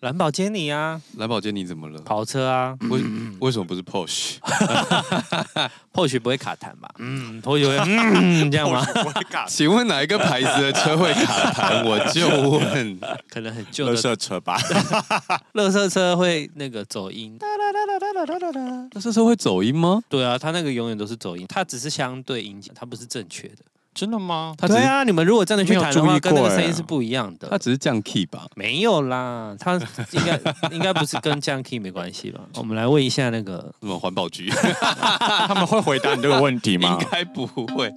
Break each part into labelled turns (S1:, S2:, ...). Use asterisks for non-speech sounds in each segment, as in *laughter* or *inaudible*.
S1: 蓝宝坚尼啊，
S2: 蓝宝坚尼怎么了？
S1: 跑车啊
S2: 为为什么不是 Porsche？
S1: ，Porsche 不会卡痰吧？嗯，Porsche *laughs* 会嗯这样吗？
S3: 不会
S2: *laughs*
S3: 尬，
S2: 请问哪一个牌子的车会卡痰？我就 *laughs* 问。
S1: *laughs* 可能很旧
S3: 乐
S1: 的
S3: 色
S2: *laughs*
S3: 车吧？
S1: 乐色车会那个走音，
S2: 那这车会走音吗？
S1: 对啊，它那个永远都是走音，它只是相对音阶，它不是正确的。
S3: 真的吗？
S2: 它只
S1: 对
S2: 是
S1: 啊，你们如果真的去弹的
S3: 没有注
S1: 话，
S3: 意过
S1: 跟那个声
S3: 欸
S1: 音是不一样的
S2: 它。只是降 key 吧？
S1: 没有啦，它应该 *laughs* 应该不是跟降 key 没关系吧？我们来问一下那个
S2: 什么环保局？
S3: *laughs* 他们会回答你这个问题吗
S2: *laughs* 应？该不会。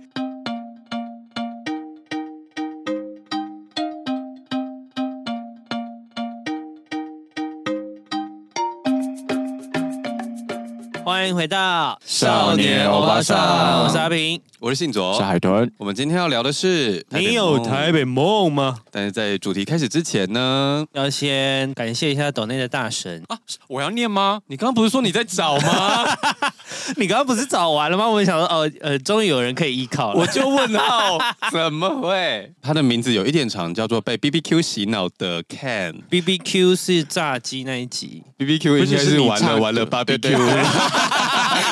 S1: 欢迎回到
S3: 少年欧巴桑
S1: 我是阿平。
S2: 我是信卓
S3: 是。海豚，
S2: 我们今天要聊的是，台北梦
S1: 北梦吗？
S2: 但是在主题开始之前呢，
S1: 要先感谢一下岛内的大神。
S3: 我要念吗？
S2: 你刚刚不是说你在找
S3: *laughs*
S2: 吗？
S1: *laughs* 你刚刚不是找完了吗？我想说，哦，呃，终于有人可以依靠了
S2: 我。就问号， *laughs* 怎么会？他的名字有一点长，叫做被 B B Q 洗脑的 Can。
S1: B B Q 是炸鸡那一集，
S2: B B Q 应该是玩
S3: 不是是你唱
S2: 了
S3: 的
S2: 玩了 B B
S3: 对
S2: Q，
S3: 对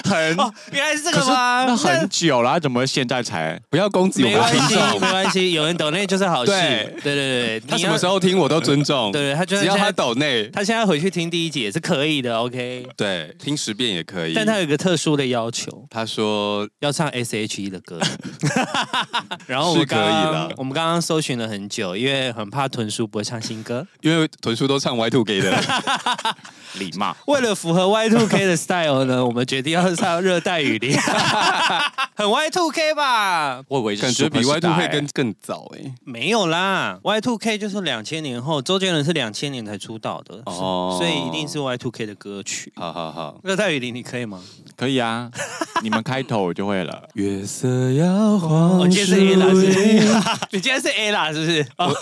S3: 很，
S1: 哦原来是这
S3: 可
S1: 个
S3: 是
S1: 吗？
S3: 那很久了，怎么现在才？
S2: *laughs* 不要攻啊击我
S1: 没
S2: 们
S1: 关系
S2: 听，
S1: 没
S2: 众。
S1: 关系，有人抖内就是好事。
S2: 对
S1: 对对对，
S2: 他
S1: 你
S2: 什
S1: 要
S2: 么时？候听我都尊重，
S1: 对他就
S2: 只
S1: 是
S2: 要
S1: 现
S2: 他
S1: 在
S2: 抖内，
S1: 他现在回去听第一集也是可以的，OK。
S2: 对，听十遍也可以。
S1: 但他有一个特殊的要求，
S2: 他说
S1: 要唱 S.H.E 的歌。然后我
S2: 是
S1: 们
S2: 可
S1: 刚
S2: 以
S1: 刚
S2: 啦
S1: 我们刚刚搜寻了很久，因为很怕豚叔不会唱新歌。
S2: 因为豚叔都唱 Y Two 给的， *laughs*
S3: 礼貌，
S1: 为了符合 Y2K 的 style 呢，我们决定要唱《热带雨林》，很 Y2K 吧？
S3: 我以为是
S2: 感觉比 Y
S3: Superstar
S2: Two 会
S3: 欸
S2: 更更早哎。
S1: 没有啦，Y2K 就是两千年后，周杰伦是两千年才出道的，
S2: 哦
S1: 所以一定是 Y2K 的歌曲。
S2: 好好好，
S1: 热带雨林，你可以吗？
S3: 可以啊，你们开头我就会了。
S2: 月色摇晃
S1: 我哦今天是 A 啦，是 *laughs* 不是？你今天是 A 啦，是不是？哦，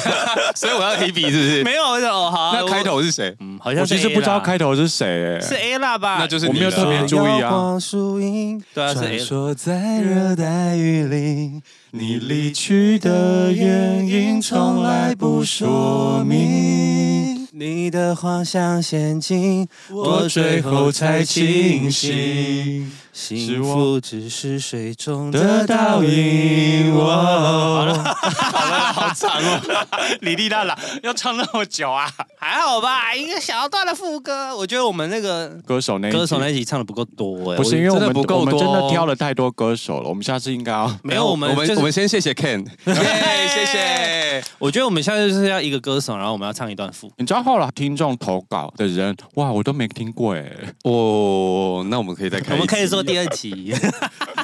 S2: *laughs* 所以我要提笔是不是？
S1: 没有，我就哦好啊。
S2: 那
S1: 我
S2: 开，头是谁？
S1: 嗯，好像
S3: 我
S1: 是
S3: 其实
S1: A
S3: 不知道
S1: 啦
S3: 开头是谁、欸，
S1: 是 A 啦吧？
S2: 那就是
S3: 我没有
S2: 你
S3: 特别注
S1: *laughs*
S3: 意啊。
S2: 树荫，
S1: 对啊，是 A
S2: 传
S1: 啦。
S2: 说在热带雨林，你离去的原因从来不说明。
S1: 你的话像陷阱，
S2: 我最后才清醒，
S1: 幸福只是水中
S2: 得到影。
S1: 好了
S2: 哦。
S3: 好长哦，李丽娜啦，要唱那么久啊？
S1: 还好吧，一个小段的副歌，我觉得我们那个
S3: 歌手那一集
S1: 歌手那一集唱的不够多哎、
S3: 不是因
S1: 为
S3: 为我
S2: 真
S3: 们
S2: 的不够
S3: 我们
S2: 多
S3: 真
S2: 哦
S3: 的挑了太多歌手了，我们下次应该要
S1: 没有我们
S2: 我们
S1: 就是
S2: 我们先谢谢 *laughs* Ken，耶，谢谢。
S1: 我觉得我们现在就是要一个歌手，然后我们要唱一段副歌。
S3: 你知道后来听众投稿的人，哇，我都没听过哎。
S2: 哦，那我们可以再开，
S1: 我们可以做，第二集，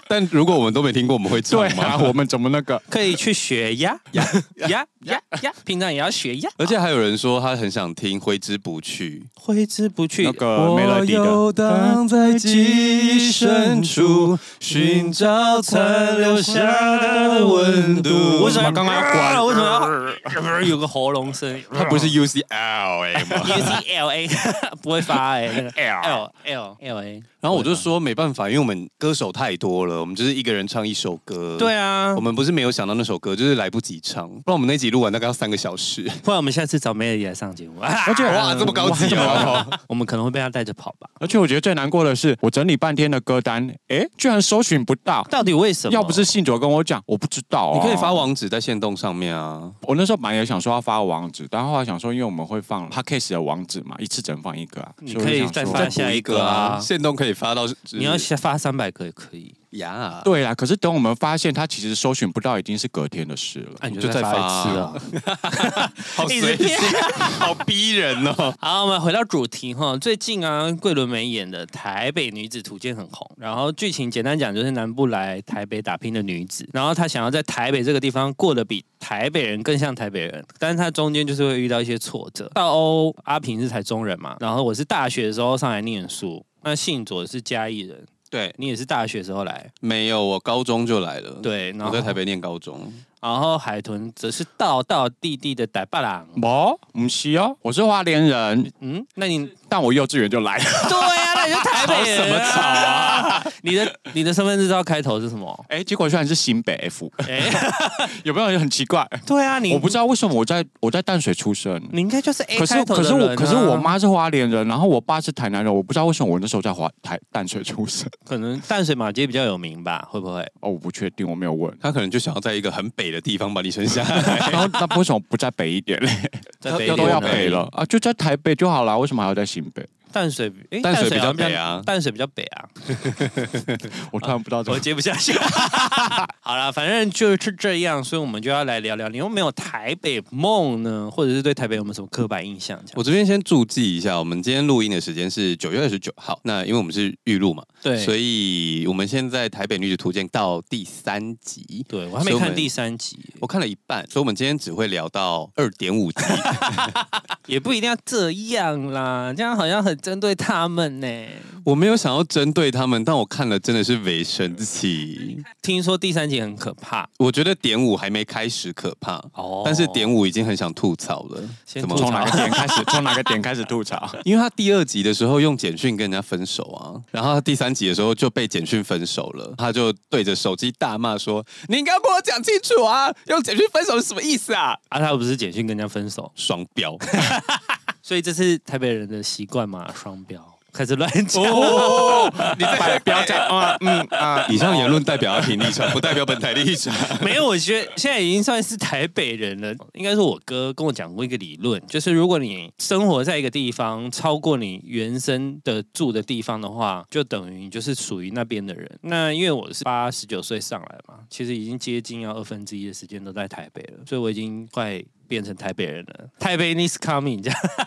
S2: 但如果我们都没听过，我们会唱
S3: 对啊，
S2: 吗？
S3: 我们怎么那个？
S1: 可以去学呀呀呀呀呀，平常也要学呀。
S2: 而且还有人说他很想听《挥之不去》。
S1: 挥之不去
S3: 那个 melody 的
S2: 荡在记忆深处，寻找残留下的温度。
S1: 为什么
S3: 刚刚要
S1: 啊
S3: 关
S1: 为什么要有个喉咙声？ *laughs*
S2: 它不是 U C L 哎、
S1: U C L A *laughs* 不会发哎、那个
S3: L
S1: L L L A。
S2: *laughs* 然后我就说没办法，因为我们歌手太多了，我们就是一个人唱一首歌。
S1: 对。啊
S2: 我，们不是没有想到那首歌，就是来不及唱，不然我们那集录完大概要三个小时。
S1: 不然我们下次找 Melody 来上节 *laughs* 目，
S3: 而且
S2: 哇，这么高级哦！
S1: 我们可能会被他带着跑吧？
S3: 而且我觉得最难过的是，我整理半天的歌单，哎，居然搜寻不到。
S1: 到底为什么？
S3: 要不是信卓跟我讲，我不知道、啊
S2: 你可以发。网址在线动上面啊。
S3: 我那时候本来也想说要发网址，但后来想说，因为我们会放 podcast 的网址嘛，一次只能放一个啊。
S1: 你
S3: 所我就
S1: 可以
S3: 想
S1: 再
S3: 说
S1: 发下一个啊
S2: 线动可以发到。
S1: 你要先发三百个也可以，
S2: 呀？
S3: 对啦，可是等我们发现它其实搜寻不到，已经是隔天的事了。
S1: 那你
S2: 就
S1: 再
S2: 再
S1: 发一
S2: 发
S1: 次啊。
S2: 好
S1: *laughs* 一
S2: 随
S1: 直 *laughs*
S2: 性，好逼人哦。
S1: 好，我们回到主题哈。最近啊，桂纶镁演的《台北女子图鉴》很红，然后剧情简单讲就是南部来台北打拼的女子，然后她想要在台北这个地方过得比台北人更像台北人，但是她中间就是会遇到一些挫折。到欧阿平是台中人嘛，然后我是大学的时候上来念书，那信左是嘉义人，
S2: 对，
S1: 你也是大学时候来，
S2: 没有，我高中就来了。，
S1: 对，然
S2: 我
S1: 后
S2: 在台，北念高中。
S1: 然后海豚则是道道地地的台北郎。
S3: 嗯不，不是哦，我是花莲人，
S1: 嗯，那你
S3: 但我幼稚园就来了。
S1: *laughs* 对啊，那那你是台北人、
S3: 吵什么吵
S1: 啊？ *laughs* 你的你的身份证照开头是什
S3: *laughs*
S1: 么？
S3: 哎，结果居然是新北 F，
S1: 哎、
S3: 有没有很奇怪？
S1: *laughs* 对啊，你
S3: 我不知道为什么我在我在淡水出生，
S1: 你应该就是 A
S3: 可
S1: 开
S3: 是
S1: 头
S3: 可
S1: 的
S3: 是
S1: 人啊、
S3: 我可是我妈是花莲人，然后我爸是台南人，我不知道为什么我那时候在华台淡水出生。
S1: 可能淡水马街比较有名吧？会不会？
S3: 哦，我不确定，我没有问。
S2: 他可能就想要在一个很北的地方把你生下来。
S3: *laughs* 然后那为什么不在北一
S1: *laughs*
S3: 点嘞？
S1: 在
S2: 要
S1: 北
S2: 要
S1: 一点
S3: *laughs* 都要
S1: 呢
S3: 北了啊，就在台北就好啦，为什么还要在新北？
S1: 淡水，哎、
S2: 淡水
S1: 水
S2: 比较
S1: 好像
S2: 北啊
S1: 淡水比较北啊，
S3: 我突然不知道怎
S1: 我
S3: 么。
S1: 接不下去。 *laughs* 好了，反正就是这样，所以我们就要来聊聊，你有没有台北梦呢？或者是对台北有没有什么刻板印象？这样
S2: 我这边先注记一下，我们今天录音的时间是九月二十九号。那因为我们是预录嘛，
S1: 对，
S2: 所以我们现在《台北女子图鉴》到第三集，
S1: 对我还没
S2: 所以我
S1: 看
S2: 们
S1: 第三集，
S2: 我看了一半，所以我们今天只会聊到二
S1: *laughs*
S2: 点五集。
S1: 也不一定要这样啦，这样好像很针对他们呢、
S2: 我没有想要针对他们，但我看了真的是为神奇。
S1: 听说第三集很可怕
S2: 我觉得点五还没开始可怕，
S1: 哦
S2: 但是点五已经很想吐槽了。
S1: 先
S2: 怎么
S1: 吐槽
S3: 从哪个点开始？从哪个点开始
S1: *laughs*
S3: 吐槽？
S2: 因为他第二集的时候用简讯跟人家分手啊，然后他第三集的时候就被简讯分手了，他就对着手机大骂说：“你应该跟我讲清楚啊，用简讯分手是什么意思啊
S1: 啊，他不是简讯跟人家分手？”，
S2: 双标，
S1: 所以这是台北人的习惯嘛，双标开始乱讲。
S2: 你在
S1: *laughs*
S3: 不要这样啊，嗯啊，
S2: 以上言论代表阿平立场，不代表本台立场。
S1: 没有，我觉得现在已经算是台北人了。应该是我哥跟我讲过一个理论，就是如果你生活在一个地方超过你原生的住的地方的话，就等于你就是属于那边的人。那因为我是八十九岁上来嘛，其实已经接近要二分之一的时间都在台北了，所以我已经快变成台北人了。台北 is coming，这样
S2: *laughs*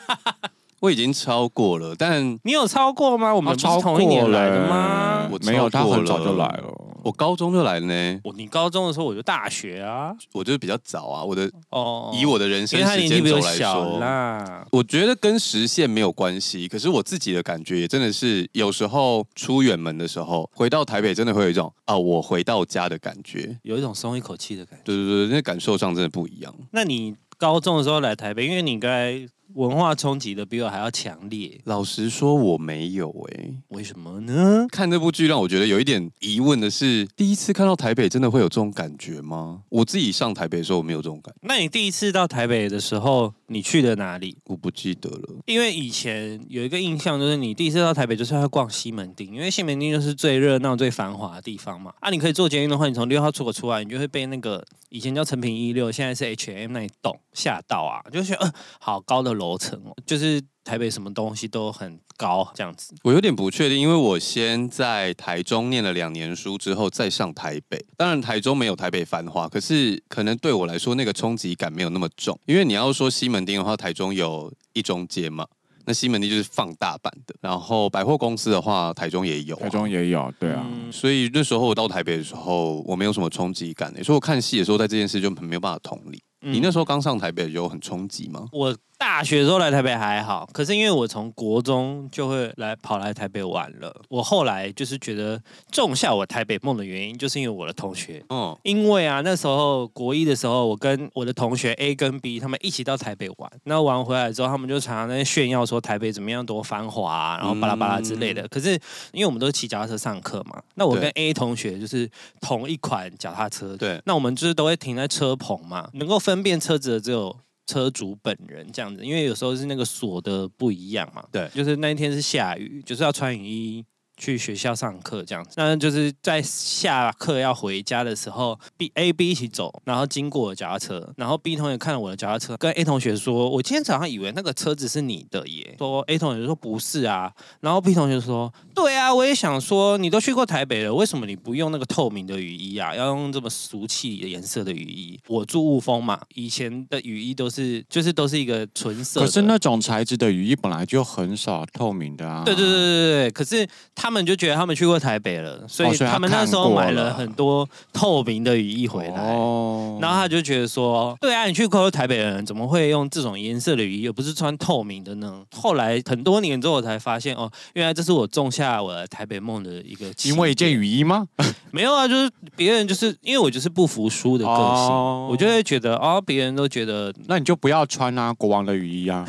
S2: 我已经超过了，但
S1: 你有超过吗？我
S3: 我
S1: 们不是同一年来的吗？
S2: 啊我超过了
S3: 欸没有，他很早就来了。
S2: 我高中就来了呢，
S1: 我你高中的时候我就大学啊，
S2: 我就是比较早啊，我的
S1: 哦，
S2: 以我的人
S1: 因
S2: 生
S1: 为他
S2: 时
S1: 年纪
S2: 间
S1: 比
S2: 轴
S1: 我
S2: 来
S1: 小
S2: 说，
S1: 啦。
S2: 我觉得跟时限没有关系，可是我自己的感觉也真的是，有时候出远门的时候，回到台北真的会有一种啊，我回到家的感觉。
S1: 有一种松一口气的感觉。
S2: 对对对，那感受上真的不一样。
S1: 那你高中的时候来台北，因为你应该文化冲击的比我还要强烈，
S2: 老实说，我没有诶、
S1: 为什么呢？
S2: 看这部剧让我觉得有一点疑问的是，第一次看到台北真的会有这种感觉吗？我自己上台北的时候我没有这种感觉，
S1: 那你第一次到台北的时候，你去了哪里？
S2: 我不记得了。
S1: 因为以前有一个印象，就是你第一次到台北就是要逛西门町，因为西门町就是最热闹、最繁华的地方嘛。啊，你可以坐捷运的话，你从六号出口出来，你就会被那个以前叫成品一六，现在是 H M 那一栋吓到啊，就觉得呃好高的楼层哦，就是台北什么东西都很高这样子。
S2: 我有点不确定，因为我先在台中念了两年书之后，再上台北。当然，台中没有台北繁华，可是可能对我来说，那个冲击感没有那么重。因为你要说西门町的话，台中有一中街嘛，那西门町就是放大版的。然后百货公司的话，台中也有、
S3: 台。中也有，对啊，
S1: 嗯
S2: 所以那时候我到台北的时候，我没有什么冲击感、欸，所以我看戏的时候，在这件事就很没有办法同理。
S3: 嗯
S2: 你那时候刚上台北有很冲击吗？
S1: 嗯我大学的时候来台北还好，可是因为我从国中就会来跑来台北玩了。我后来就是觉得种下我台北梦的原因，就是因为我的同学。
S2: 嗯，
S1: 因为啊，那时候国一的时候，我跟我的同学 A 跟 B 他们一起到台北玩，那玩回来之后，他们就常常在炫耀说台北怎么样多繁华啊、然后巴拉巴拉之类的。可是因为我们都骑脚踏车上课嘛，那我跟 A 同学就是同一款脚踏车，
S2: 对，
S1: 那我们就是都会停在车棚嘛，能够分辨车子的只有车主本人这样子，因为有时候是那个锁的不一样嘛。
S2: 对
S1: 就是那一天是下雨，就是要穿雨衣。去学校上课这样子，那就是在下课要回家的时候，B A B 一起走，然后经过我脚踏车，然后 B 同学看了我的脚踏车，跟 A 同学说：“我今天早上以为那个车子是你的耶。”说 A 同学说：“不是啊。”然后 B 同学说：“对啊，我也想说，你都去过台北了，为什么你不用那个透明的雨衣啊？要用这么俗气的颜色的雨衣？我住雾峰嘛，以前的雨衣都是就是都是一个纯色的。
S3: 可是那种材质的雨衣本来就很少透明的啊。
S1: 对对对对对对，可是他们就觉得他们去过台北了，所
S3: 哦
S1: 以
S3: 所以他
S1: 他们那时候
S3: 看过了
S1: 买了很多透明的雨衣回来。
S3: 哦
S1: 然后他就觉得说，对啊，你去过台北人怎么会用这种颜色的雨衣，又不是穿透明的呢？后来很多年之后，我才发现哦，原来这是我种下我的台北梦的一个起点。
S3: 因为一件雨衣吗？
S1: 没有啊，就是别人就是因为我就是不服输的个性，
S3: 哦
S1: 我就会觉得哦，别人都觉得
S3: 那你就不要穿啊，国王的雨衣啊。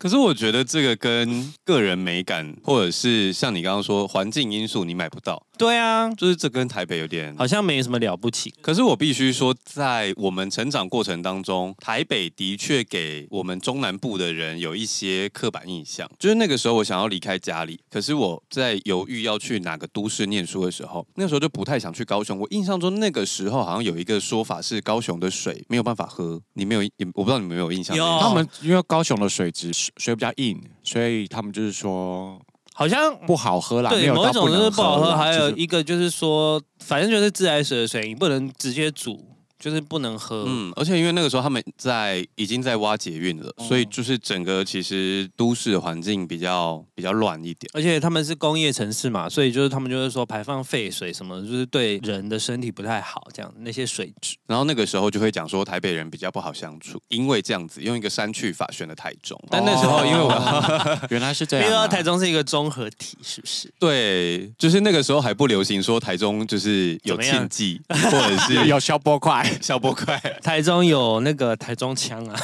S2: 可是我觉得这个跟个人美感，或者是像你刚刚说环境因素，你买不到，
S1: 对啊，
S2: 就是这跟台北有点。
S1: 好像没什么了不起。
S2: 可是我必须说，在我们成长过程当中，台北的确给我们中南部的人有一些刻板印象。就是那个时候，我想要离开家里，可是我在犹豫要去哪个都市念书的时候，那时候就不太想去高雄。我印象中那个时候好像有一个说法是，高雄的水没有办法喝。你没有，你我不知道你们有没有印象这件事？
S1: 有
S3: 他们因为高雄的水质水水比较硬，所以他们就是说
S1: 好像
S3: 不好喝啦，没
S1: 对
S3: 有
S1: 某
S3: 到
S1: 一种就是
S3: 能
S1: 不好喝，
S3: 啦
S1: 还有
S3: 就是
S1: 一个就是说，反正就是自来水的水，你不能直接煮，就是不能喝。
S2: 嗯，而且因为那个时候他们在已经在挖捷运了，所以就是整个其实都市的环境比较比较乱一点。
S1: 而且他们是工业城市嘛，所以就是他们就是说排放废水什么的，就是对人的身体不太好，这样那些水质。
S2: 然后那个时候就会讲说台北人比较不好相处，因为这样子用一个删去法选了台中，但那时候因为我、
S3: 哦我
S1: 哦
S3: *laughs* 原来是这
S1: 比如
S3: 样啊、
S1: 说台中是一个综合体，是不是？
S2: 对，就是那个时候还不流行说台中就是有
S1: 怎么样
S2: 庆忌或者
S3: 有
S2: 是
S3: 有消波块，
S2: 小波块，
S1: 台中有那个台中腔啊，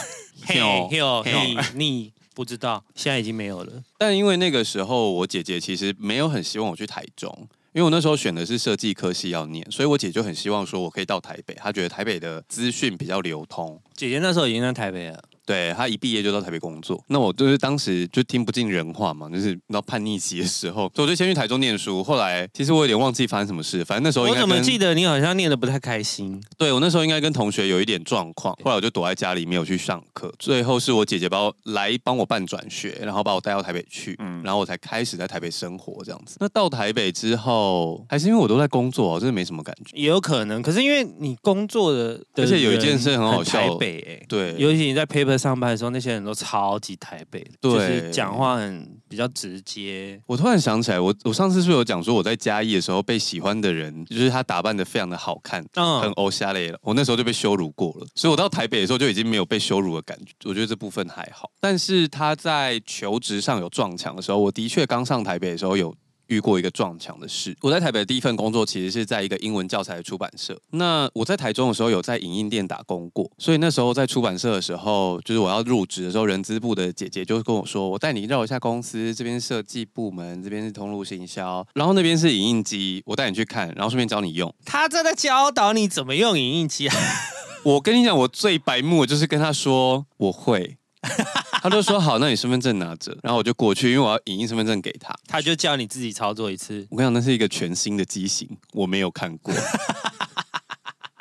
S1: 嘿
S2: 有
S1: 有
S2: 嘿
S1: 你你不知道，现在已经没有了。
S2: 但因为那个时候我姐姐其实没有很希望我去台中，因为我那时候选的是设计科系要念，所以我姐就很希望说我可以到台北，她觉得台北的资讯比较流通。
S1: 姐姐那时候已经在台北了，
S2: 对她一毕业就到台北工作，那我就是当时就听不进人话嘛，就是到叛逆期的时候，所以我就先去台中念书。后来其实我有点忘记发生什么事，反正那时候应
S1: 我
S2: 该
S1: 怎么
S2: 跟
S1: 记得你好像念的不太开心？
S2: 对我那时候应该跟同学有一点状况，后来我就躲在家里没有去上课。最后是我姐姐把我来帮我办转学，然后把我带到台北去，
S3: 嗯
S2: 然后我才开始在台北生活这样子。那到台北之后，还是因为我都在工作，哦真的没什么感觉。
S1: 也有可能，可是因为你工作的，的
S2: 而且有一
S1: 人
S2: 件事很好笑
S1: 台北、欸，
S2: 对，
S1: 尤其你在 paper 上班的时候，那些人都超级台北的，
S2: 对
S1: 就是讲话很比较直接。
S2: 我突然想起来，我我上次是不是有讲说我在嘉义的时候被喜欢的人，就是他打扮的非常的好看。很
S1: 嗯，
S2: 欧夏类了，我那时候就被羞辱过了，所以我到台北的时候就已经没有被羞辱的感觉，我觉得这部分还好。但是他在求职上有撞墙的时候，我的确刚上台北的时候有。遇过一个撞墙的事。我在台北的第一份工作其实是在一个英文教材的出版社。那我在台中的时候有在影印店打工过，所以那时候在出版社的时候，就是我要入职的时候，人资部的姐姐就跟我说：“我带你绕一下公司，这边是设计部门，这边是通路行销，然后那边是影印机，我带你去看，然后顺便教你用。”
S1: 他正在教导你怎么用影印机 *laughs* 啊。
S2: 我跟你讲，我最白目的就是跟他说我会，他就说好，那你身份证拿着，然后我就过去，因为我要影印身份证给他。
S1: 他就叫你自己操作一次。
S2: 我跟你讲，那是一个全新的机型，我没有看过。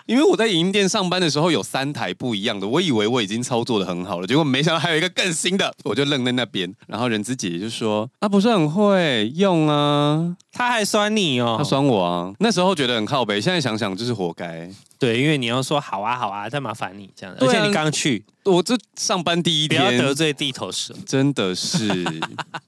S2: 因为我在影音店上班的时候有三台不一样的，我以为我已经操作的很好了，结果没想到还有一个更新的，我就愣在那边。然后人资姐姐就说：“啊，不是很会用啊，
S1: 他还酸你哦，
S2: 她酸我啊。”那时候觉得很靠北，现在想想就是活该。
S1: 对，因为你要说好啊好啊，再麻烦你这样的，
S2: 对
S1: 而
S2: 啊
S1: 且你刚去，
S2: 我这上班第一
S1: 不
S2: 天
S1: 要得罪地头蛇。 *laughs*
S2: 真的是，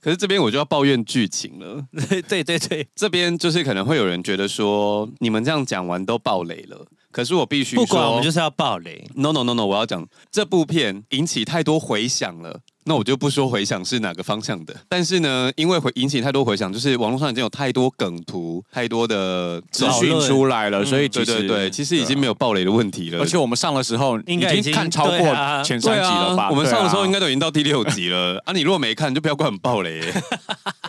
S2: 可是这边我就要抱怨剧情了。
S1: 对对对对，
S2: 这边就是可能会有人觉得说，你们这样讲完都爆雷了。可是我必须
S1: 不管我们就是是要暴雷。
S2: no no no no，我要讲这部片引起太多回响了。那我就不说回响是哪个方向的，但是呢，因为回引起太多回响，就是网络上已经有太多梗图、太多的
S3: 资
S1: 讨
S3: 讯
S1: 论
S3: 出来了，
S1: 嗯
S3: 所以
S2: 对
S3: 其实
S2: 对对，其实已经没有
S1: 啊
S2: 爆雷的问题了。
S3: 而且我们上的时候
S1: 应该已经
S3: 已经看超
S1: 对
S3: 过
S1: 啊
S2: 对
S3: 前三集了吧？
S2: 啊、我们上的时候应
S3: 该
S2: 该都已经到第六集了啊！你如果没看，就不要怪我们爆雷。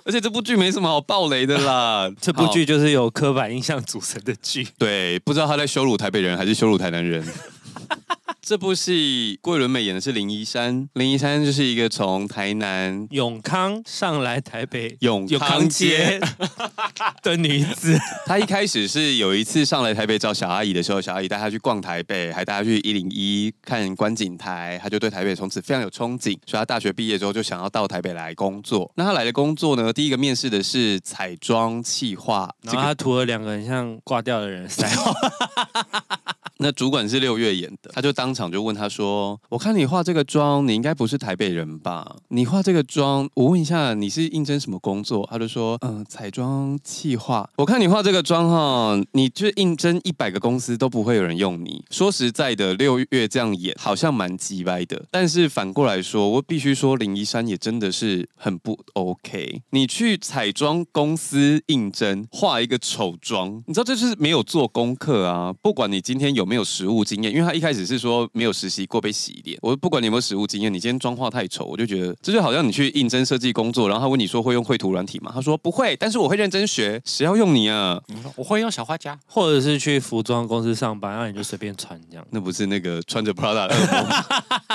S2: 而且这部剧没什么好爆雷的啦，
S1: 这部
S2: 好
S1: 剧就是由刻板印象组成的剧，
S2: 对，不知道他在羞辱台北人还是羞辱台南人。这部戏桂纶镁演的是林一山，林一山就是一个从台南
S1: 永康上来台北
S2: 永
S1: 永
S2: 康
S1: 康街
S2: 街
S1: *laughs* 的女子，
S2: *laughs* 他一开始是有一次上来台北找小阿姨的时候，小阿姨带他去逛台北，还带他去一零一看观景台，他就对台北从此非常有憧憬，所以他大学毕业之后就想要到台北来工作。那他来的工作呢，第一个面试的是彩妆企划，这
S1: 然后
S2: 个
S1: 她涂了两个很像挂掉的人腮 *laughs* 红，
S2: *laughs* 那主管是六月演的，他就当场就问他说：“我看你化这个妆，你应该不是台北人吧？你化这个妆，我问一下，你是应征什么工作？”他就说：“嗯、彩妆企划。我看你化这个妆哈，你就应征一百个公司都不会有人用你。说实在的，六月这样演好像蛮鸡掰的，但是反过来说，我必须说林一山也真的是很不 OK。你去彩妆公司应征，化一个丑妆，你知道这就是没有做功课啊。不管你今天有有没有实务经验，因为他一开始是说没有实习过被洗脸。我不管你有没有实务经验，你今天妆化太丑，我就觉得这就好像你去应征设计工作，然后他问你说会用绘图软体吗？他说不会，但是我会认真学。谁要用你啊？
S3: 我会用小画家，
S1: 或者是去服装公司上班，那你就随便穿这样。
S2: 那不是那个穿着 Prada 的恶魔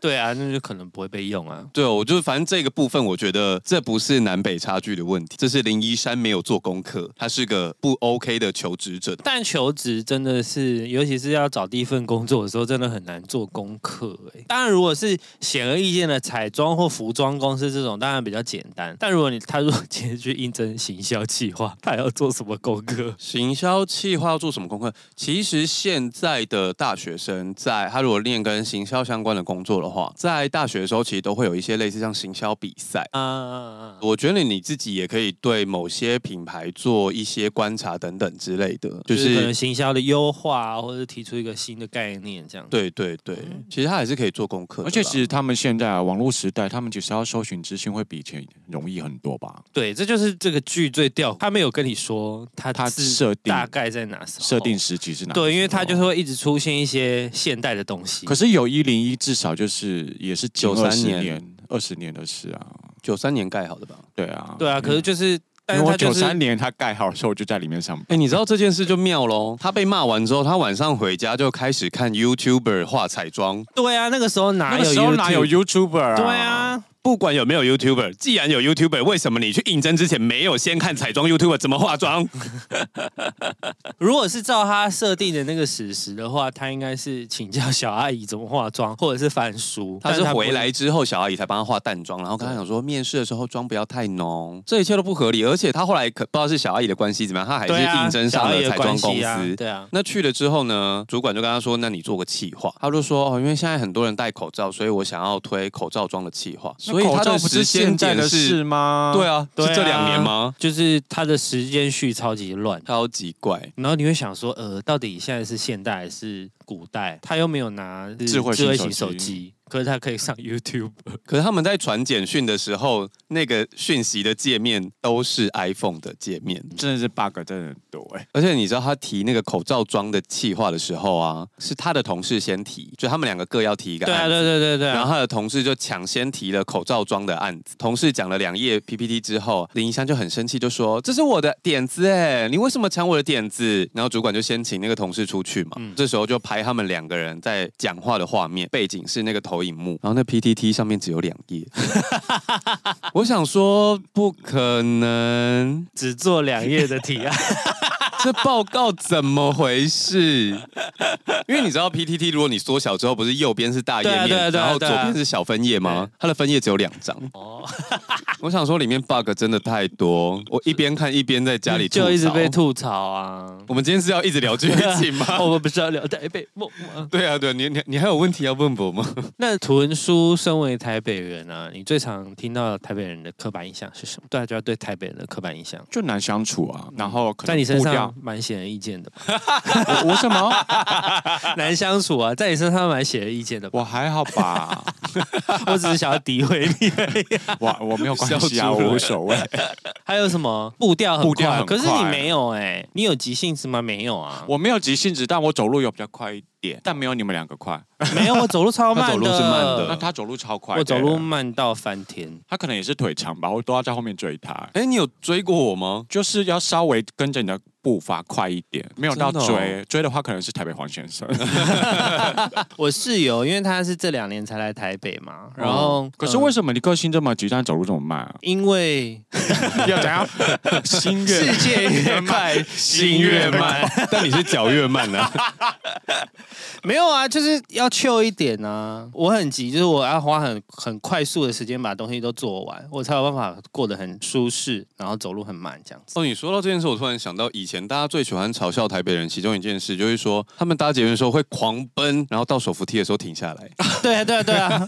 S1: 对啊，那就可能不会被用啊。
S2: 对，哦我就是反正这个部分，我觉得这不是南北差距的问题，这是林一山没有做功课，他是个不 OK 的求职者。
S1: 但求职真的是，尤其是要找第一份工作的时候，真的很难做功课、欸。当然，如果是显而易见的彩妆或服装公司这种，当然比较简单。但如果你他如果今天去应征行销计划，他要做什么功课？
S2: 行销企划要做什么功课？其实现在的大学生在他如果练跟行销相关的工作的话，在大学的时候其实都会有一些类似像行销比赛。
S1: 啊啊啊！
S2: 我觉得你自己也可以对某些品牌做一些观察等等之类的，就
S1: 就是可能
S2: 是
S1: 行销的优化啊，或者是提出一个新的概念这样。
S2: 对对对，其实他还是可以做功课的啦。
S3: 嗯而且其实他们现在啊，网络时代，他们其实要搜寻资讯会比以前容易很多吧？
S1: 对，这就是这个剧最吊。他没有跟你说他
S3: 他
S1: 自
S3: 设定
S1: 大概在哪时候
S3: 设定时期是哪？
S1: 对，因为他就是。会一直出现一些现代的东西。
S3: 可是有一零一，至少就是也是近
S2: 93
S3: 20
S2: 年
S3: 年、二十年的事啊。
S2: 九三年盖好的吧？
S3: 对啊，
S1: 对啊，可是就是，但
S3: 因
S1: 是他
S3: 为我
S1: 就
S3: 九
S1: 是
S3: 三年他盖好的时候，我就在里面上班。
S2: 哎、你知道这件事就妙喽。他被骂完之后，他晚上回家就开始看 YouTuber 画彩妆。
S1: 对啊，那个时候哪有
S3: 那个时候哪有
S1: YouTube？
S3: YouTuber 啊？
S1: 对，啊，
S2: 不管有没有 YouTuber，既然有 YouTuber，为什么你去应征之前没有先看彩妆 YouTuber 怎么化妆？
S1: 如果是照他设定的那个史实的话，他应该是请教小阿姨怎么化妆，或者是翻书。
S2: 他
S1: *laughs*
S2: 是
S1: 但不会
S2: 回来之后，小阿姨才帮他化淡妆，然后跟他讲说，面试的时候妆不要太浓，这一切都不合理。而且他后来可不知道是小阿姨的关系怎么样，他还是
S1: 对啊
S2: 应征上
S1: 小阿
S2: 了
S1: 姨的
S2: 彩妆
S1: 关
S2: 公
S1: 系啊
S2: 司。
S1: 对啊，
S2: 那去了之后呢，主管就跟他说：“那你做个企划。”他就说：“哦，因为现在很多人戴口罩，所以我想要推口罩妆的企划。”所以
S3: 口
S2: 他
S3: 罩
S2: 的
S3: 不是
S2: 时
S3: 现
S2: 间
S3: 在
S2: 点
S3: 的
S2: 是
S3: 事吗？
S2: 对啊，
S1: 对啊
S2: 是这两年吗？
S1: 就是他的时间序超级乱。
S2: 超级怪。
S1: 然后你会想说，呃，到底现在是现代还是古代？他又没有拿是
S3: 智慧型手
S1: 型手
S3: 机
S1: 机，可是他可以上 YouTube。
S2: 可是他们在传简讯的时候，那个讯息的界面都是 iPhone 的界面。
S3: 真的是 bug 真的很多哎、
S2: 而且你知道他提那个口罩妆的企划的时候啊，是他的同事先提，就他们两个各要提一个
S1: 对啊，
S2: 案子。
S1: 对对对对
S2: 然
S1: 啊。
S2: 后他的同事就抢先提了口罩妆的案子，同事讲了两页 PPT 之后，林一山就很生气，就说：“这是我的点子哎，你为什么抢我的点子？”然后主管就先请那个同事出去嘛，
S1: 嗯
S2: 这时候就拍他们两个人在讲话的画面，背景是那个投影幕，然后那 PPT 上面只有两页， *laughs* 我想说不可能，
S1: 只做两页的提案，
S2: *laughs* 这报告怎么回事？因为你知道 PTT，如果你缩小之后，不是右边是大页面，
S1: 对啊对啊
S2: 然后
S1: 对
S2: 左
S1: 啊
S2: 边是小分页吗？它的分页只有两张。
S1: 哦，
S2: *laughs* 我想说里面 bug 真的太多，我一边看一边在家里吐
S1: *laughs*
S2: 槽
S1: 就一直被。吐槽啊。 *laughs* 哦
S2: 我们今天是要一直聊剧情吗？
S1: 我们不呃是要聊台北梦吗？
S2: 对啊，对啊你你你还有问题要问我
S1: *laughs*
S2: 吗？
S1: 那屯叔身为台北人啊，你最常听到台北人的刻板印象是什么？大家对台北人的刻板印象，
S3: 就难相处啊。然后可能
S1: 在你身
S3: 步
S1: 上
S3: 调，
S1: 蛮显而易见的吧， *laughs*
S3: 我我什么？
S1: 难相处啊，在你身上蛮显而易见的吧。
S3: 我还好吧，
S1: *laughs* 我只是想要诋毁你而已。
S3: 我我没有关系啊，
S2: 笑出来
S3: 我无所谓。
S1: *laughs* 还有什么步调很快？
S3: 步调很
S1: 可
S3: 快
S1: 是你没有哎、你有急性子吗？没有啊，
S3: 我没有急性子，但我走路有比较快一点，但没有你们两个快。
S1: *laughs* 没有，我走路超慢的，
S2: 他走路是慢的
S3: 那他走路超快
S1: 我
S3: 的，
S1: 呃走路慢到翻天。
S3: 他可能也是腿长吧，我都要在后面追他，
S2: 哎，你有追过我
S1: *laughs*
S2: 吗？
S3: 就是要稍微跟着你的步伐快一点，没有到
S2: 真的哦
S3: 追。追的话，可能是台北黄先生。
S1: 我室友，因为他是这两年才来台北嘛，然后、
S3: 哦可是
S1: 嗯？
S3: 为什么你个性这么急，但走路这么慢、啊
S1: 因为
S3: 要
S2: *laughs*
S3: 怎样？心
S1: 世
S3: 愿
S1: 界越快，心越慢。，
S2: 但你是脚越慢啊。
S1: *laughs* 没有啊，就是要 chill 一点啊。我很急，就是我要花很很快速的时间把东西都做完，我才有办法过得很舒适，然后走路很慢这样子。
S2: 哦，你说到这件事，我突然想到，以前大家最喜欢嘲笑台北人，其中一件事就是说，他们搭捷运的时候会狂奔，然后到手扶梯的时候停下来。
S1: 对啊，对啊，对啊，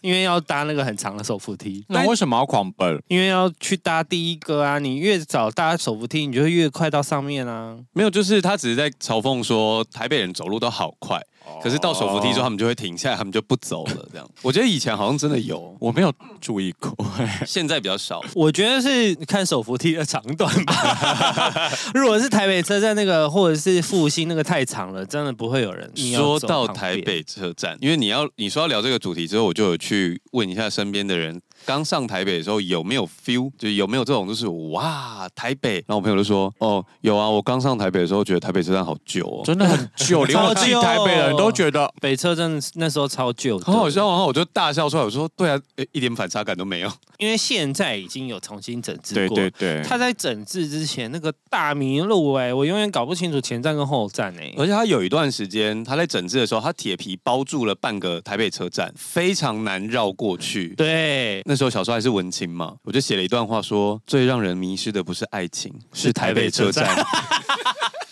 S1: 因为要搭那个很长的手扶 *laughs* 梯。
S3: 那为什么要狂奔？
S1: 因为要去搭第一个啊，你越早搭手扶梯，你就会越快到上面啊。
S2: 没有，就是他只是在嘲讽说台北人走路都好快，可是到手扶梯之后，他们就会停下来，他们就不走了。这样，我觉得以前好像真的有，
S3: 我没有注意过，
S2: *laughs*
S3: *laughs*
S2: 现在比较少。
S1: 我觉得是看手扶梯的长短吧。 *laughs* 如果是台北车站那个，或者是复兴那个太长了，真的不会有人。你要
S2: 说
S1: 走
S2: 到
S1: 旁
S2: 台
S1: 边，
S2: 北车站，因为你要你说要聊这个主题之后，我就有去问一下身边的人，刚上台北的时候有没有 feel，就是有没有这种就是哇台北。然后我朋友就说哦有啊，我刚上台北的时候觉得台北车站好旧哦，
S3: 真的很旧，连我自己
S1: 超旧
S3: 台北人都觉得
S1: 北车站那时候超旧的，
S2: 好好笑。然啊后我就大笑出来，我说对啊，诶一点反差感都没有。
S1: 因为现在已经有重新整治
S3: 对
S1: 过。
S3: 对对，
S1: 他在整治之前，那个大明路哎、我永远搞不清楚前站跟后站哎、
S2: 而且他有一段时间他在整治的时候，他铁皮包住了半个台北车站，非常难绕过去。
S1: 对，
S2: 那时候小时候还是文青嘛，我就写了一段话说：最让人迷失的不是爱情，是台北车站。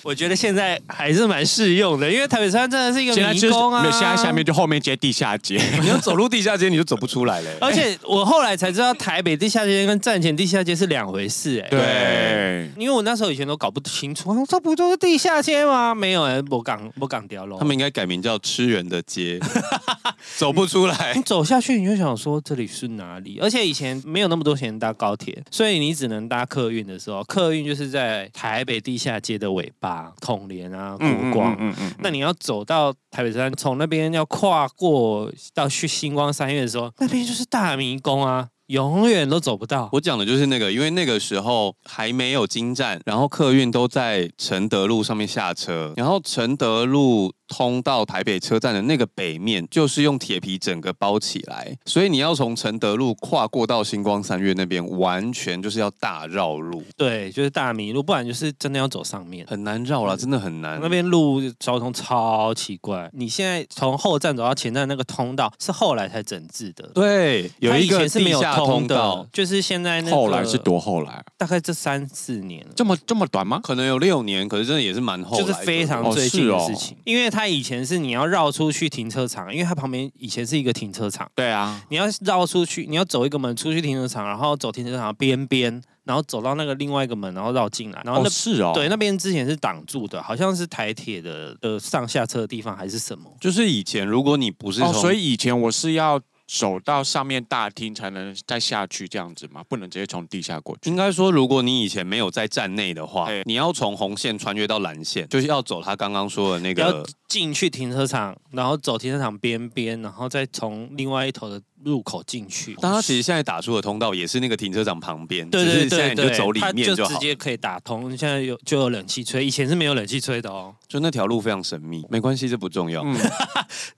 S1: 我觉得现在还是蛮适用的，因为台北车站真的是一个
S3: 现在
S1: 迷
S3: 就是
S1: 宫啊。
S3: 没有，现在下面就后面接地下街，
S2: 你要走入地下街，你就走不出来嘞。
S1: 而且我后来才知道，台北地下街跟站前地下街是两回事哎、
S3: 对。
S1: 因为我那时候以前都搞不清楚，我说这不就是地下街吗？没有哎、我港我港掉了。
S2: 他们应该改名叫吃人的街，走不出来
S1: 你。走下去，你就想说这里是哪里？而且以前没有那么多钱搭高铁，所以你只能搭客运的时候，客运就是在台北地下街的尾巴，统联啊、国光。
S3: 嗯嗯
S1: 那你要走到台北山，从那边要跨过到去星光三月的时候，那边就是大迷宫啊，永远都走不到。
S2: 我讲的就是那个，因为那个时候还没有金站，然后客运都在承德路上面下车，然后承德路通到台北车站的那个北面，就是用铁皮整个包起来，所以你要从承德路跨过到星光三月那边，完全就是要大绕路，
S1: 对，就是大迷路，不然就是真的要走上面。
S2: 很难绕啦，真的很难。
S1: 那边路交通超奇怪，你现在从后站走到前站那个通道是后来才整治的，
S2: 对，有
S1: 它
S2: 一
S1: 以
S2: 个
S1: 前是没
S2: 地
S1: 有
S2: 下
S1: 通
S2: 通
S1: 的
S2: 道，，
S1: 就是现在那个
S3: 后来是多后来啊，
S1: 大概这三四年了。
S3: 这么这么短吗？
S2: 可能有六年，可是真的也是蛮后来
S1: 就
S2: 的，
S1: 是非常
S3: 哦
S1: 最近的
S3: 是哦
S1: 事情，因为它以前是你要绕出去停车场，因为它旁边以前是一个停车场，
S3: 对啊，
S1: 你要绕出去，你要走一个门出去停车场，然后走停车场的边边，然后走到那个另外一个门，然后绕进来，然后
S3: 哦
S1: 那、
S3: 是哦，
S1: 对那边之前是挡住的，好像是台铁的呃上下车的地方还是什么，
S2: 就是以前如果你不是
S3: 哦，
S2: 从
S3: 所以以前我是要走到上面大厅才能再下去这样子嘛，不能直接从地下过去
S2: 应。该说，如果你以前没有在站内的话
S3: 哎，
S2: 你要从红线穿越到蓝线，就是要走他刚刚说的那
S1: 要
S2: 个。
S1: 进去停车场，然后走停车场边边，然后再从另外一头的入口进去。
S2: 但他其实现在打出的通道也是那个停车场旁边，
S1: 对
S2: 只
S1: 对
S2: 是现在
S1: 对对，
S2: 你就走里
S1: 它
S2: 面就
S1: 就直
S2: 好。
S1: 接可以打通。现在有就有冷气吹，以前是没有冷气吹的哦。
S2: 就那条路非常神秘，没关系，这不重要。
S3: 嗯，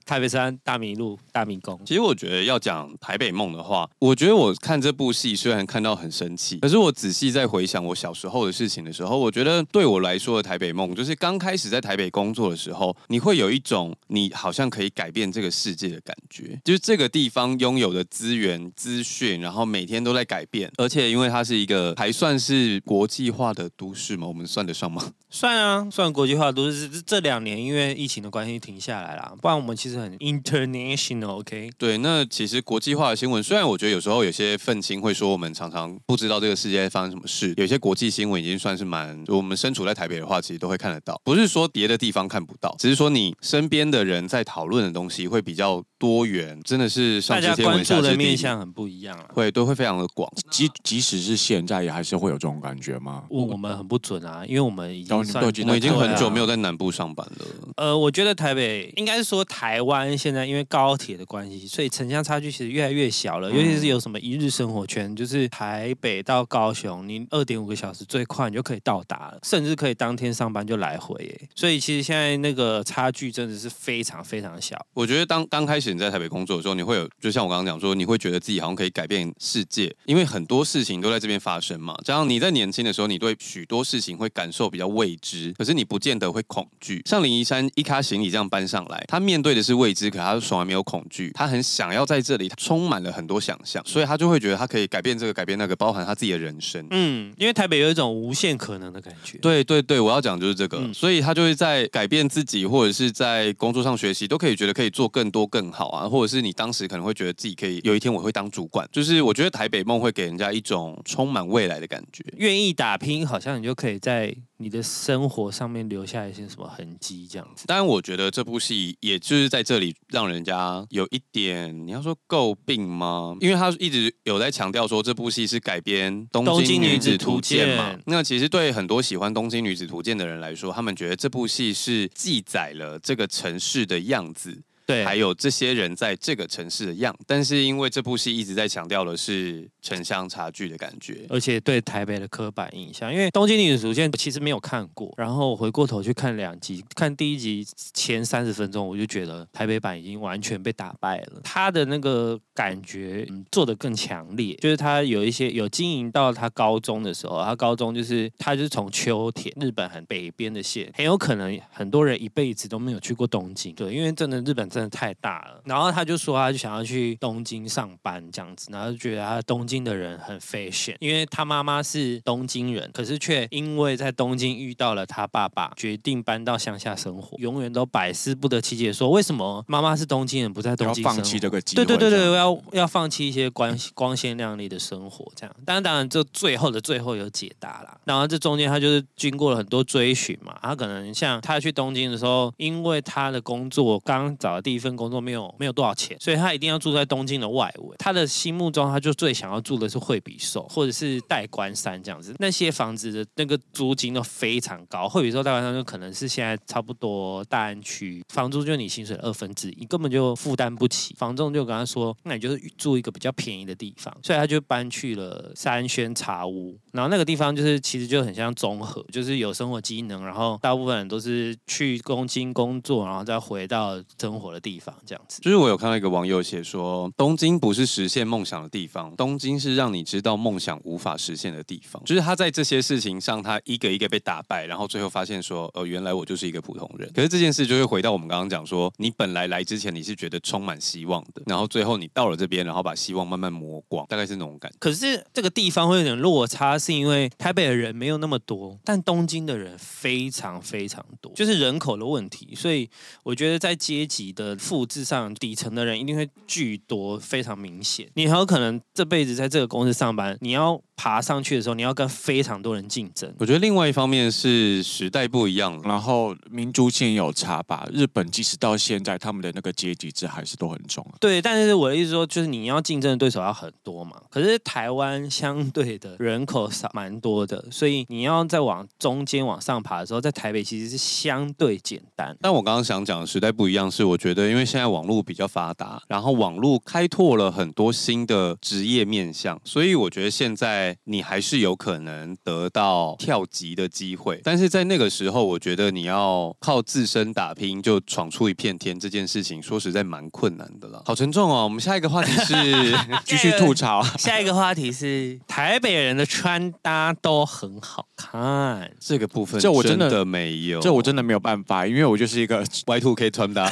S1: 台北山大迷路、大迷宫，
S2: 其实我觉得要讲《台北梦》的话，我觉得我看这部戏虽然看到很生气，可是我仔细在回想我小时候的事情的时候，我觉得对我来说的《台北梦》就是刚开始在台北工作的时候，你会有一种你好像可以改变这个世界的感觉，就是这个地方拥有的资源、资讯，然后每天都在改变，而且因为它是一个还算是国际化的都市嘛，我们算得上吗？
S1: 算啊，算国际化都市。这这两年因为疫情的关系停下来啦，不然我们其实很 international，OK？、
S2: 对，那其实国际化的新闻，虽然我觉得有时候有些愤青会说我们常常不知道这个世界发生什么事，有些国际新闻已经算是蛮，我们身处在台北的话，其实都会看得到，不是说别的地方看不到，只是说你身边的人在讨论的东西会比较多元，真的是上
S1: 大
S2: 知
S1: 家
S2: 天
S1: 关
S2: 文
S1: 注
S2: 下
S1: 的
S2: 知
S1: 面
S2: 地
S1: 向很不一样啊。
S2: 会都会非常的广。
S3: 即即使是现在，也还是会有这种感觉吗？
S1: 问啊我们很不准啊，因为我们已经
S3: 哦你们
S1: 算
S3: 都已经
S2: 我们已经很久
S1: 对啊
S2: 没有在南部上班了。
S1: 呃，我觉得台北应该是说台湾现在因为高铁的关系，所以城乡差距其实越来越小了。尤其是有什么一日生活圈，就是台北到高雄，你二点五个小时最快你就可以到达了，甚至可以当天上班就来回耶。所以其实现在那个差距真的是非常非常小。
S2: 我觉得当刚开始你在台北工作的时候，你会有，就像我刚刚讲说，你会觉得自己好像可以改变世界，因为很多事情都在这边发生嘛。加上你在年轻的时候，你对许多事情会感受比较未知，可是你不见得会恐惧。像林一山一卡行李这样搬上来，他面对的是未知，可他从来没有恐惧，他很想要在这里，他充满了很多想象，所以他就会觉得他可以改变这个，改变那个，包含他自己的人生。
S1: 嗯，因为台北有一种无限可能的感觉。
S2: 对对对，我要讲就是这个，
S1: 嗯
S2: 所以他就会在改变自己，或者是在工作上学习，都可以觉得可以做更多更好啊，或者是你当时可能会觉得自己可以有一天我会当主管，就是我觉得台北梦会给人家一种充满未来的感觉。
S1: 愿意打拼，好像你就可以在你的生活上面留下一些什么痕迹，这样子。
S2: 当然，我觉得这部戏也就是在这里让人家有一点，你要说诟病吗？因为他一直有在强调说这部戏是改编《东
S1: 东
S2: 京
S1: 京
S2: 女
S1: 女
S2: 子
S1: 子
S2: 图
S1: 图
S2: 鉴》
S1: 鉴
S2: 嘛。那其实对很多喜欢《东京女子图鉴》的人来说，他们觉得这部戏是记载了这个城市的样子，
S1: 对，
S2: 还有这些人在这个城市的样。但是因为这部戏一直在强调的是城乡差距的感觉，
S1: 而且对台北的刻板印象，因为《东京女子图鉴》我其实没有看过，然后我回过头去看两集，看第一集前三十分钟，我就觉得台北版已经完全被打败了，它的那个感觉、嗯、做的更强烈，就是它有一些有经营到他高中的时候，他高中就是他就是从秋田日本很北边的县，很有可能很多人一辈子都没有去过东京，对，因为真的日本真的太大了。然后他就说他就想要去东京上班这样子，然后就觉得他东京的人很 fashion，因为他妈妈是东京人，可是却因为在东京遇到了他爸爸，决定搬到乡下生活，永远都百思不得其解，说为什么妈妈是东京人不在
S3: 不
S1: 东
S3: 要
S1: 京生
S3: 放
S1: 活？
S3: 弃这个机
S1: 对
S3: 会。
S1: 对对
S3: 这样
S1: 对，要要放弃一些光光鲜亮丽的生活，这样。当然当然，这最后的最后有解答啦。然后这中间他就是经过了很多追寻嘛，他可能像他去东京的时候，因为他的工作刚找的第一份工作没有没有多少钱，所以他一定要住在东京的外围。他的心目中，他就最想要住的是惠比寿或者是代官山这样子，那些房子的那个租金都非常高。惠比寿、代官山就可能是现在差不多大安区房租就是你薪水的二分之一，根本就负担不起。房仲就跟他说，那你就是住一个比较便宜的地方，所以他就搬去了三轩茶屋。然后那个地方就是其实就很像综合，就是有生活机能，然后大部分人都是去东京工作，然后再回到生活的地方这样子。
S2: 就是我有看到一个网友写说，东京不是实现梦想的地方，东京是让你知道梦想无法实现的地方。就是他在这些事情上，他一个一个被打败，然后最后发现说，呃，原来我就是一个普通人。可是这件事就会回到我们刚刚讲说，你本来来之前你是觉得充满希望的，然后最后你到了这边，然后把希望慢慢磨光，大概是那种感觉。
S1: 可是这个地方会有点落差，是因为台北的人没有那么多，但东京的人非常非常多，就是人口的问题。所以我觉得在阶级的复制上，底层的人一定会巨多，非常明显。你很有可能这辈子在这个公司上班，你要爬上去的时候，你要跟非常多人竞争。
S2: 我觉得另外一方面是时代不一样了。
S3: 然后民族性也有差吧。日本即使到现在，他们的那个阶级制还是都很重啊。
S1: 对，但是我的意思说，就是你要竞争的对手要很多嘛。可是台湾相对的人口少蛮多的，所以你要再往中间往上爬的时候，在台北其实是相对简单。
S2: 但我刚刚想讲的时代不一样，是我觉得因为现在网络比较发达，然后网络开拓了很多新的职业面向，所以我觉得现在你还是有可能得到跳级的机会。但是在那个时候，我觉得你要靠自身打拼就闯出一片天，这件事情说实在蛮困难的了。好沉重哦，我们下一个话题
S3: *laughs*
S2: 是
S1: 啊
S3: 继续吐槽，啊
S1: *laughs* 下一个话题是台北人的穿搭都很好看，
S2: 这个部分，
S3: 这我
S2: 真
S3: 真的
S2: 没有，
S3: 这我真的没有办法，因为我就是一个
S1: 哦
S2: *laughs* Y two K 穿搭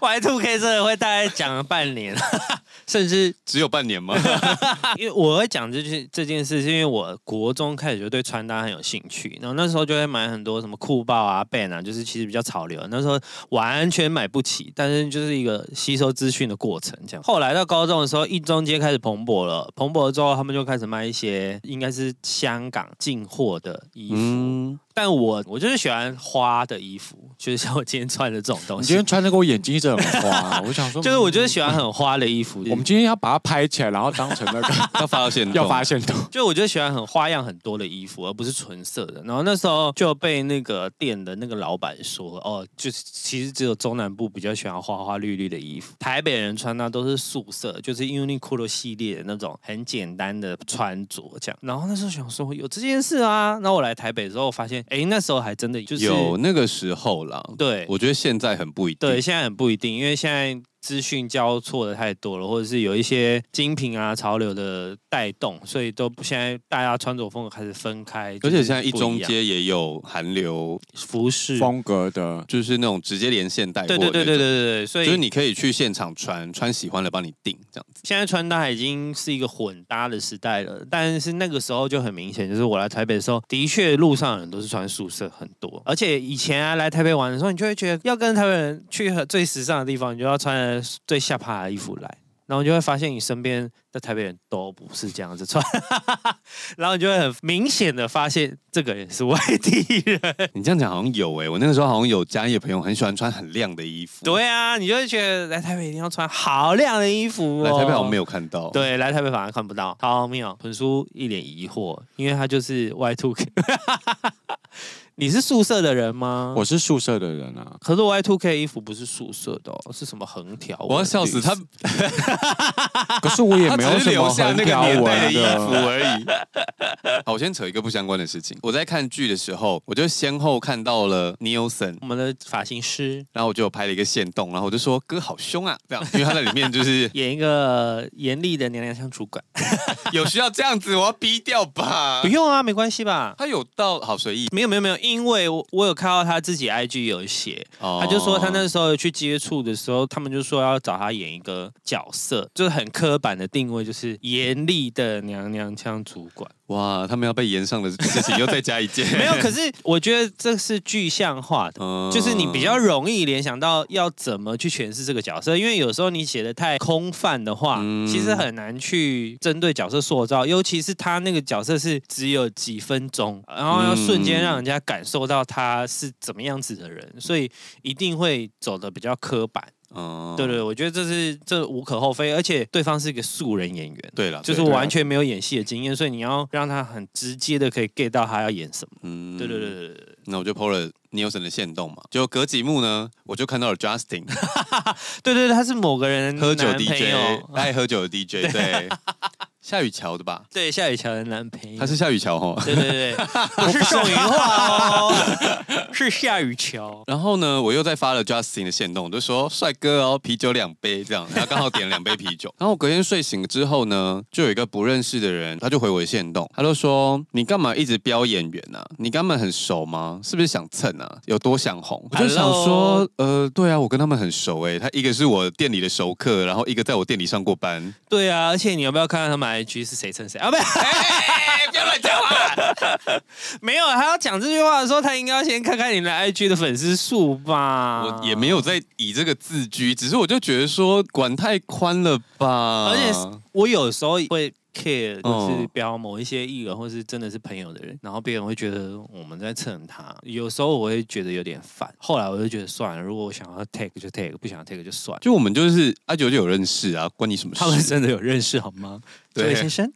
S1: Y Two K 真的会大概讲了半年， *laughs* 甚至啊
S2: 只有半年
S3: *laughs*
S2: 吗？
S1: 因为我会讲这件这件事，是因为我国中开始就对穿搭很有兴趣，然后那时候就会买很多什么酷豹啊、Ben 啊，就是其实比较潮流。那时候完全买不起，但是就是一个吸收资讯的过程这样。后来到高中的时候，一中街开始蓬勃了，蓬勃之后他们就开始卖一些应该是香港进货的衣服，
S2: 嗯，
S1: 但我我就是喜欢花的衣服，就是像我今天穿的这种东
S3: 你今
S1: 西
S3: 天。穿的跟我眼睛一直很花，啊我想
S1: *laughs*
S3: 说，
S1: 就是我就是喜欢很花的衣服，
S3: 我们今天要把它拍起来，然后当成那 *laughs* 个
S2: 要发现
S3: 要发现图。
S1: 就我就喜欢很花样很多的衣服，而不是纯色的。然后那时候就被那个店的那个老板说，哦，就是其实只有中南部比较喜欢花花绿绿的衣服，台北人穿搭都是素色，就是 Uniqlo 系列的那种很简单的穿着这样。然后那时候想说有这件事啊，那我来台北之后发现，哎，那时候还真的就是
S2: 有那个时候啦。
S1: 对
S2: 我觉得现在很不一定。
S1: 对，现在很不一定，因为现在资讯交错的太多了，或者是有一些精品啊、潮流的带动，所以都不现在大家穿着风格开始分开，
S2: 而
S1: 就是
S2: 且现在一
S1: 不
S2: 中
S1: 样
S2: 街也有韩流，
S1: 服饰，
S3: 风格的，
S2: 就是那种直接连现代货
S1: 对对对对对
S2: 那种，
S1: 对对，所
S2: 就是
S1: 以
S2: 你可以去现场穿，穿喜欢的帮你订这样子。
S1: 现在穿搭已经是一个混搭的时代了。但是那个时候就很明显，就是我来台北的时候，的确路上的人都是穿宿舍很多，而且以前啊来台北玩的时候，你就会觉得要跟台北人去最时尚的地方，你就要穿穿最下趴的衣服来，然后你就会发现你身边的台北人都不是这样子穿， *laughs* 然后你就会很明显的发现这个人是外地
S2: *laughs*
S1: 人。
S2: 你这样讲好像有哎、我那个时候好像有家业朋友很喜欢穿很亮的衣服，，
S1: 对啊，你就会觉得来台北一定要穿好亮的衣服、哦。
S2: 来台北好像没有看到，，
S1: 对，来台北反而看不到。好妙，哦本叔一脸疑惑，因为他就是 Y two *laughs* K。你是宿舍的人吗？
S3: 我是宿舍的人啊，
S1: 可是 Y two K 衣服不是宿舍的哦，是什么横条？
S2: 我要笑死他，
S3: 可是我也
S2: 他
S3: 没 *laughs*
S2: 只
S3: 有
S2: 是
S3: 什
S2: 留
S3: 么
S2: 下
S3: 很
S2: 那个
S3: 条
S2: 年代的
S3: 纹
S2: 衣服
S1: *laughs*
S3: 的。
S2: 而已。好，我先扯一个不相关的事情。我在看剧的时候，我就先后看到了 Nielsen，
S1: 我们的发型师
S2: 然后我就有拍了一个线动，然后我就说哥好凶啊，这样，因为他在里面就是
S1: 演一个严厉的娘娘腔主管，
S2: *laughs* 有需要这样子，我要逼掉吧
S1: 不。用啊，没关系吧？
S2: 他有到好随意，
S1: 没有没有没有，因为我我有看到他自己 IG 有写，
S2: 哦
S1: 他就说他那时候去接触的时候，他们就说要找他演一个角色，就是很刻板的定位，就是严厉的娘娘腔主管。
S2: 哇，他们要被延上的事情又再加一件，
S1: *laughs* 没有，
S2: *laughs*
S1: 可是我觉得这是具象化的。
S2: 嗯
S1: 就是你比较容易联想到要怎么去诠释这个角色，因为有时候你写的太空泛的话，
S2: 嗯
S1: 其实很难去针对角色塑造，尤其是他那个角色是只有几分钟，然后要瞬间让人家感受到他是怎么样子的人，所以一定会走的比较刻板。
S2: 嗯
S1: 对对，我觉得这是这无可厚非，而且对方是一个素人演员。
S2: 对了，
S1: 就是
S2: 对
S1: 完全没有演戏的经验，所以你要让他很直接的可以 get 到他要演什么。
S2: 嗯
S1: 对对对对对对，
S2: 那我就 PO 了 Nielsen 的线动嘛，结果隔几幕呢，我就看到了
S1: *laughs*
S2: Justin
S1: 对对，对他是某个人
S2: 喝酒
S1: 男朋
S2: DJ，
S1: 友
S2: 爱喝酒的 DJ，对，
S1: *laughs*
S2: 夏雨乔的吧？
S1: 对夏雨乔的男朋 *laughs* 友，
S2: 他是夏雨乔哦哈。
S1: 对对对，不是宋云画 *laughs* 哦，是夏雨乔。
S2: 然后呢，我又再发了 Justin 的线动，我就说帅哥哦，啤酒两杯这样，然后刚好点了两杯啤酒。 *laughs* 然后我隔天睡醒之后呢，就有一个不认识的人，他就回我的线动，他就说你干嘛一直标演员啊？你跟他们很熟吗？是不是想蹭啊？有多想红？我就想
S1: Hello
S2: 说，呃，对啊，我跟他们很熟诶、他一个是我店里的熟客，然后一个在我店里上过班。
S1: 对啊，而且你要不要看看他们 IG 是谁称谁啊？不是，哎
S2: 不要乱讲话。
S1: *laughs* 没有，他要讲这句话的时候，他应该要先看看你的 IG 的粉丝数吧。
S2: 我也没有在以这个自居，只是我就觉得说管太宽了吧。
S1: 而且我有时候会 care，就是
S2: 啊嗯
S1: 标某一些艺人或是真的是朋友的人，然后别人会觉得我们在蹭他。有时候我会觉得有点烦，后来我就觉得算了，如果我想要 take 就 take，不想 take 就算了。 *laughs*
S2: 就我们就是阿九就有认识啊，关你什么事？
S1: 他们真的有认识好吗？这 *laughs* 位
S2: 对
S1: 先生，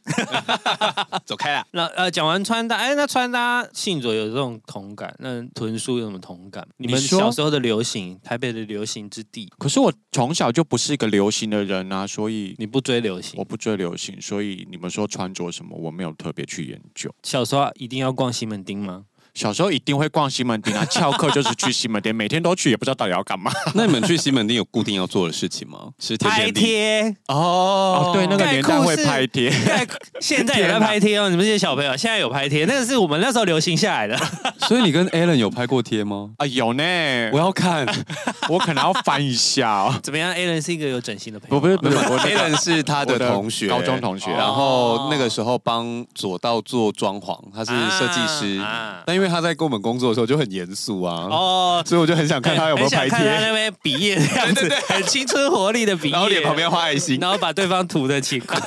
S2: 走开啦。
S1: 那呃，讲完穿搭，哎，那穿搭信左有这种同感，那屯叔有什么同感？你们
S3: 说
S1: 小时候的流行，台北的流行之地，
S3: 可是我从小就不是一个流行的人啊，所以
S1: 你不追流行
S3: 我，不追流行，所以你们说穿着什么，我没有特别去研究。
S1: 小时候一定要逛西门町吗？
S3: 小时候一定会逛西门町 *laughs* 啊，翘课就是去西门町，每天都去，也不知道到底要干嘛。
S2: *laughs* 那你们去西门町有固定要做的事情吗？吃
S1: 拍
S2: 甜点店
S1: 贴，
S3: 哦，对，那个年代会拍贴，
S1: 现在现在有在拍贴哦，你们这些小朋友现在有拍贴，那个是我们那时候流行下来的。。
S2: 所以你跟 Alan 有拍过贴吗？
S3: 啊，有呢，
S2: 我
S3: 我
S2: 要看。
S3: 我可能要翻一下哦 *laughs*
S1: 怎么样？Alan 是一个有整形的朋友
S3: 我
S1: 吗，
S3: 不是不是，
S2: *laughs*
S3: 我那个
S2: Alan 是他的
S3: 我的
S2: 同学，
S3: 高中同学
S2: 然后那个时候帮左道做装潢，他是设计师
S1: 哦啊啊。
S2: 但因为他在跟我们工作的时候就很严肃啊，
S1: 哦，
S2: 所以我就很想看他有没有
S1: 很想
S2: 拍
S1: 看他
S2: 贴，
S1: 那边比耶这样子，很青春活力的比耶，
S2: *laughs* 然后脸旁边画爱心。
S1: 然后把对方涂的奇怪。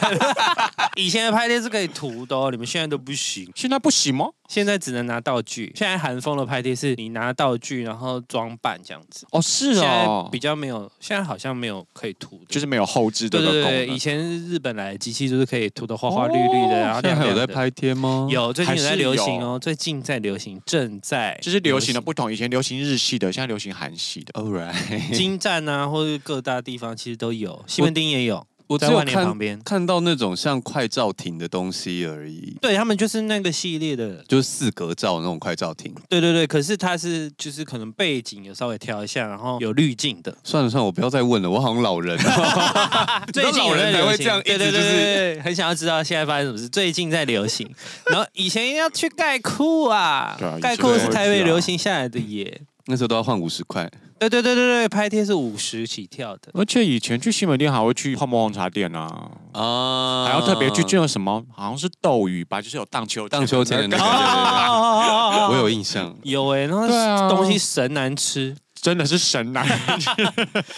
S1: *laughs* 以前的拍贴是可以涂的哦，你们现在都不行，
S3: 现在不行吗？
S1: 现在只能拿道具。现在韩风的拍贴是你拿道具，然后装扮这样子。
S3: 哦，是
S1: 现在
S3: 哦
S1: 比，较没有，现在好像没有可以涂的，
S3: 就是没有后置的
S1: 对对
S3: 功
S1: 对，以
S3: 能。
S1: 前日本来的机器就是可以涂的花花绿绿的，
S3: 哦
S1: 然后
S2: 现在
S1: 亮
S2: 还有
S1: 亮
S2: 在
S1: 的。
S2: 拍贴吗？
S1: 有最近有在
S3: 还是
S1: 流行哦，最近在流行，正在
S3: 就是流行的不同，以前流行日系的，现在流行韩系的。
S2: ，All right。
S1: 金站啊，或者各大地方其实都有，西门町也有，
S2: 我只
S1: 在
S2: 有
S1: 万年
S2: 看
S1: 旁边。
S2: 看到那种像快照亭的东西而已，
S1: 对他们就是那个系列的，
S2: 就是四格照那种快照亭。
S1: 对对对。可是它是就是可能背景有稍微调一下，然后有滤镜的。
S2: 算了算了，我不要再问了，我好像老人了。
S1: 最近有在
S2: 老人才
S1: 流
S2: 会
S1: 行
S2: 这样一
S1: 对
S2: 直
S1: 对对
S2: 就是
S1: 对对，很想要知道现在发生什么事。最近在流行，然后以前要去盖库啊
S3: 对啊，以前
S1: 盖库是
S3: 会
S1: 台
S3: 去
S1: 北
S3: 啊
S1: 流行下来的耶。
S2: 那时候都要换五十块，
S1: 对对对对对，拍贴是五十起跳的。
S3: 而且以前去西门店还会去泡沫红茶店啊，
S2: 啊
S3: 还要特别去就有什么，好像是斗鱼吧，就是有荡秋
S2: 荡秋千的那个
S1: 哦
S2: 对对对
S1: 哦哦哦哦哦
S3: 嗯
S2: 我有印象。
S1: 有哎、然后
S3: 对啊
S1: 东西神难吃，
S3: *laughs* 真的是神来，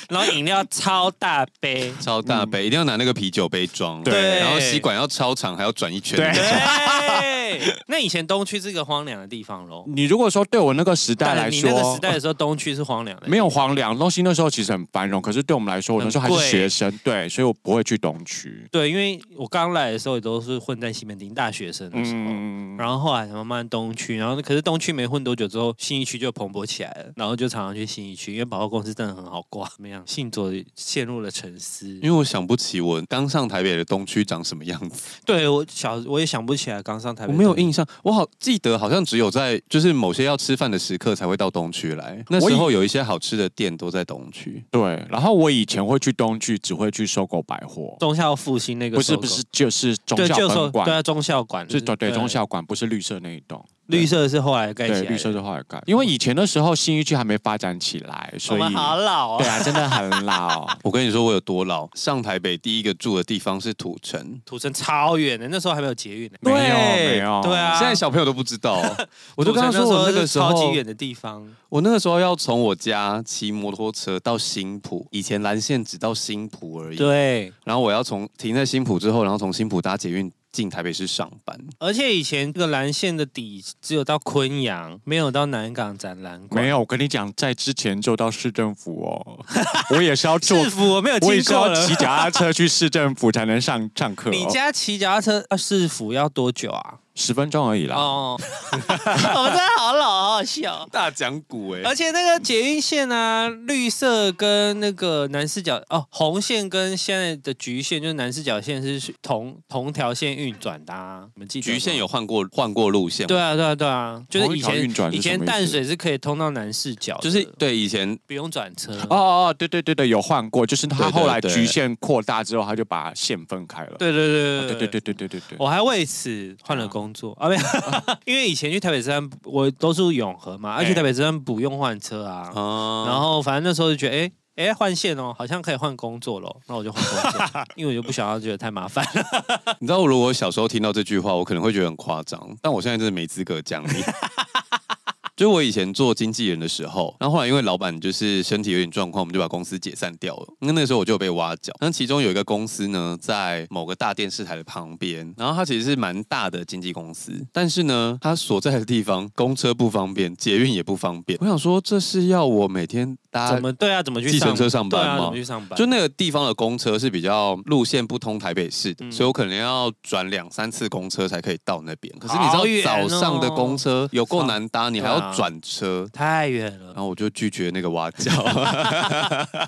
S1: 然后饮料超大杯，
S2: 超大杯，一定要拿那个啤酒杯装，
S3: 嗯对
S2: 然后吸管要超长，还要转一圈的那种。
S1: 对，那以前东区是一个荒凉的地方喽。
S3: *laughs* 你如果说对我那个时代
S1: 但
S3: 来
S1: 你那个
S3: 说
S1: 时，代的时候，东区是荒凉的，
S3: 没有黄粱东西，那时候其实很繁荣。可是对我们来说，我那时候还
S1: 很
S3: 是
S1: 贵
S3: 学生，对，所以我不会去东区。
S1: 对，因为我刚来的时候也都是混在西门町大学生的时候，
S3: 嗯，
S1: 然后后来才慢慢东区，然后可是东区没混多久之后，新一区就蓬勃起来了，然后就常常去新一区，因为百货公司真的很好挂。怎么样？信左陷入了沉思
S2: 因。为我想不起我刚上台北的东区长什么样子，
S1: 对我小我也想不起来刚上台
S2: 我
S1: 北，
S2: 没有印象。我好记得，好像只有在就是某些要吃饭的时刻才会到东区来。那时候有一些好吃的店都在东区，
S3: 对。然后我以前会去东区，只会去搜狗百货，
S1: 中校复兴那个
S3: 不是
S1: 搜狗
S3: 不是，就是中
S1: 对
S3: 校
S1: 就
S3: 分
S1: 是对
S3: 馆，
S1: 啊中校馆
S3: 是对对中校馆，不是绿色那一栋。
S1: 绿色是后来盖起来
S3: 对
S1: 的
S3: 绿色是后来盖，因为以前的时候新一区还没发展起来，
S1: 我
S3: 所以
S1: 们好老
S3: 对
S1: 啊，
S3: 啊，真的很老。
S2: *laughs* 我跟你说我有多老，上台北第一个住的地方是土城。
S1: 土城超远的，那时候还没有捷运呢，
S3: 没有
S1: 对
S3: 没有
S1: 对啊，
S2: 现在小朋友都不知
S3: *laughs*
S2: 道，我
S1: 我
S2: 就跟他说我那个时候
S1: 超级远的地方，
S2: 我那个时候要从我家骑摩托车到新浦，以前蓝线只到新浦而已。
S1: 对。
S2: 然后我要从停在新浦之后，然后从新浦搭捷运进台北市上班。
S1: 而且以前这个蓝线的底只有到昆阳，没有到南港展览馆。
S3: 没有，我跟你讲，在之前就到市政府哦，我也是要坐
S1: 制服我没有
S3: 我也
S1: 经
S3: 是
S1: 过
S3: 要
S1: 了
S3: 骑。脚踏车去市政府才能上上课、
S1: 你
S3: 哦，
S1: 家骑脚踏车到市府要多久啊？
S3: 十分钟而已啦。
S1: 哦， *laughs* 我们真的好老，好好笑。
S2: 大讲古哎、
S1: 而且那个捷运线啊，绿色跟那个南四角哦，红线跟现在的橘线，就是南四角线是同同条线运转的、啊。你们记得吗
S2: 局限有换过换过路线，
S1: 对，啊，对啊，对啊，就是以
S3: 同一条运转
S1: 前
S3: 是
S1: 以
S3: 什
S1: 前
S3: 么意思
S1: 淡水是可以通到南四角的，
S2: 就是对以前
S1: 不用转车。
S3: 哦哦哦，对对对对，有换过，就是
S2: 对
S3: 他
S2: 对
S3: 后来
S2: 对
S3: 局限扩大之后，他就把线分开了。
S1: 对对对
S3: 哦对对对对对对对，
S1: 我还为此换了工作啊，没有， *laughs* 因为以前去台北山，我都住永和嘛，而啊
S3: 哎
S1: 且台北山不用换车啊。
S2: 啊，
S1: 然后反正那时候就觉得，哎哎，换线哦，好像可以换工作喽，那我就换工
S2: *laughs*
S1: 作，因为我就不想要觉得太麻烦了。 *laughs*
S2: 你知道，如果我小时候听到这句话，我可能会觉得很夸张，但我现在真的没资格讲
S1: *laughs*
S2: 你。就是我以前做经纪人的时候，然后后来因为老板就是身体有点状况，我们就把公司解散掉了。那那个时候我就有被挖角。那其中有一个公司呢，在某个大电视台的旁边，然后它其实是蛮大的经纪公司，但是呢，它所在的地方公车不方便，捷运也不方便。我想说，这是要我每天搭
S1: 怎么对啊？怎么去
S2: 计程车上班
S1: 对啊，
S2: 吗
S1: 怎么去上班？
S2: 就那个地方的公车是比较路线不通台北市的，
S1: 嗯
S2: 所以我可能要转两三次公车才可以到那边。可是你
S1: 好
S2: 知
S1: 远
S2: 道
S1: 哦
S2: 早上的公车有够难搭，你还要转
S3: 啊
S2: 车。
S1: 太远了
S2: 然。后我就拒绝那个挖
S3: *laughs*
S2: 角，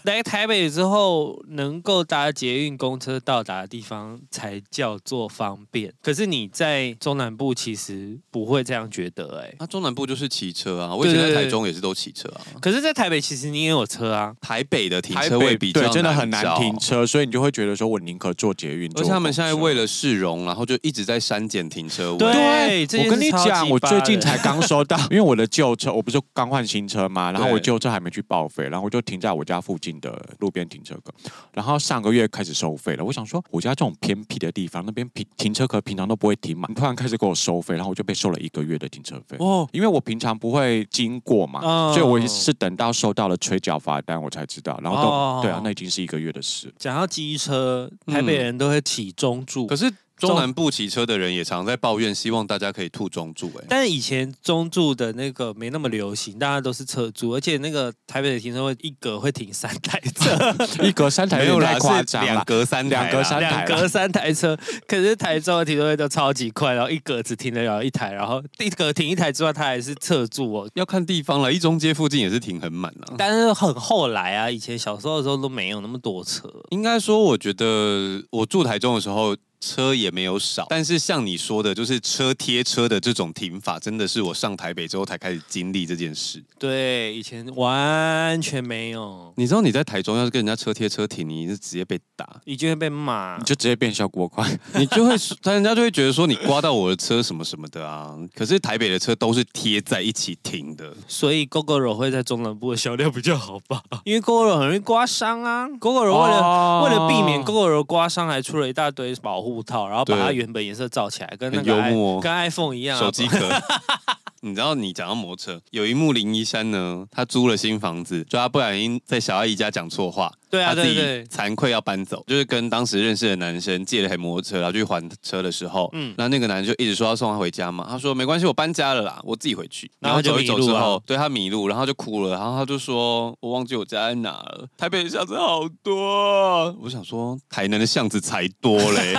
S1: 来台北之后，能够搭捷运、公车到达的地方才叫做方便。可是你在中南部其实不会这样觉得、哎。
S2: 那啊中南部就是骑车啊，我以前在
S1: 对对对
S2: 台中也是都骑车啊。
S1: 可是，在台北其实你也有车啊，
S2: 台北的停
S3: 台
S2: 车
S3: 北
S2: 位比较
S3: 对真的很难
S2: 找
S3: 停，车，所以你就会觉得说我宁可坐捷运。
S2: 而且他们现在为
S3: 了。
S2: 了市容，然后就一直在删减停车位。
S1: 对这件
S3: 我
S1: 事
S3: 跟你
S1: 超级
S3: 讲，我
S1: 巴
S3: 最近
S1: 的
S3: 才刚收到， *laughs* 因为我的旧车，我不是刚换新车嘛，然后
S2: 对
S3: 我旧车还没去报废，然后我就停在我家附近的路边停车格，然后上个月开始收费了。我想说，我家这种偏僻的地方，那边停停车格平常都不会停满，你突然开始给我收费，然后我就被收了一个月的停车费。
S2: 哦，
S3: 因为我平常不会经过嘛，
S1: 哦
S3: 所以我是等到收到了催缴罚单，我才知道。然后都、
S1: 哦
S3: 对啊，那已经是一个月的事。
S1: 讲到机车，
S2: 嗯
S1: 台北人都会起中柱，
S2: 可是中南部骑车的人也常在抱怨，希望大家可以吐中柱、哎，
S1: 但是以前中柱的那个没那么流行，大家都是侧柱，而且那个台北的停车位一格会停 *laughs* 三台车，
S3: 一隔三台有点太夸
S2: 是
S3: 张
S2: 两
S3: 了，
S2: 格三台啦
S3: 两格三台啦
S1: 两格三台啊车。可是台中的停车位都超级快，然后一格只停得了一台，然后一格停一台之外，它还是侧柱哦。
S2: 要看地方了，一中街附近也是停很满啊。
S1: 但是很后来啊，以前小时候的时候都没有那么多车，
S2: 应该说，我觉得我住台中的时候车也没有少，但是像你说的，就是车贴车的这种停法，真的是我上台北之后才开始经历这件事。
S1: 对，以前完全没有，
S2: 你知道你在台中要是跟人家车贴车停，你是直接被打，
S1: 一定会被骂
S3: 你。就直接变小锅块。
S2: *laughs* 你就会，但人家就会觉得说你刮到我的车什么什么的啊。可是台北的车都是贴在一起停的，
S1: 所以 GoGo 柔会在中南部的销量比较好吧？因为 GoGo 柔很容易刮伤啊，GoGo 柔为了、
S3: 哦
S1: 为了避免 GoGo 柔刮伤，还出了一大堆保护套，然后把它
S2: 对
S1: 原本颜色罩起来，跟那
S2: 很
S1: 个
S2: 幽
S1: i-
S2: 默哦
S1: 跟 iPhone 一样啊、
S2: 手机壳。 *laughs* 你知道你讲到摩托车，有一幕林一山呢，他租了新房子，就他不小心在小阿姨家讲错话，
S1: 对啊
S2: 他自
S1: 对对
S2: 己惭愧要搬走，就是跟当时认识的男生借了台摩托车，然后去还车的时候，
S1: 嗯
S2: 嗯，那那个男生就一直说要送他回家嘛，他说没关系，我搬家了啦，我自己回去，
S1: 然后就
S2: 走一走
S1: 迷路
S2: 之
S1: 啊
S2: 后，对他迷路，然后就哭了，然后他就说我忘记我家在哪了，台北的巷子好多啊，我想说台南的巷子才多
S1: *laughs*
S2: 嘞。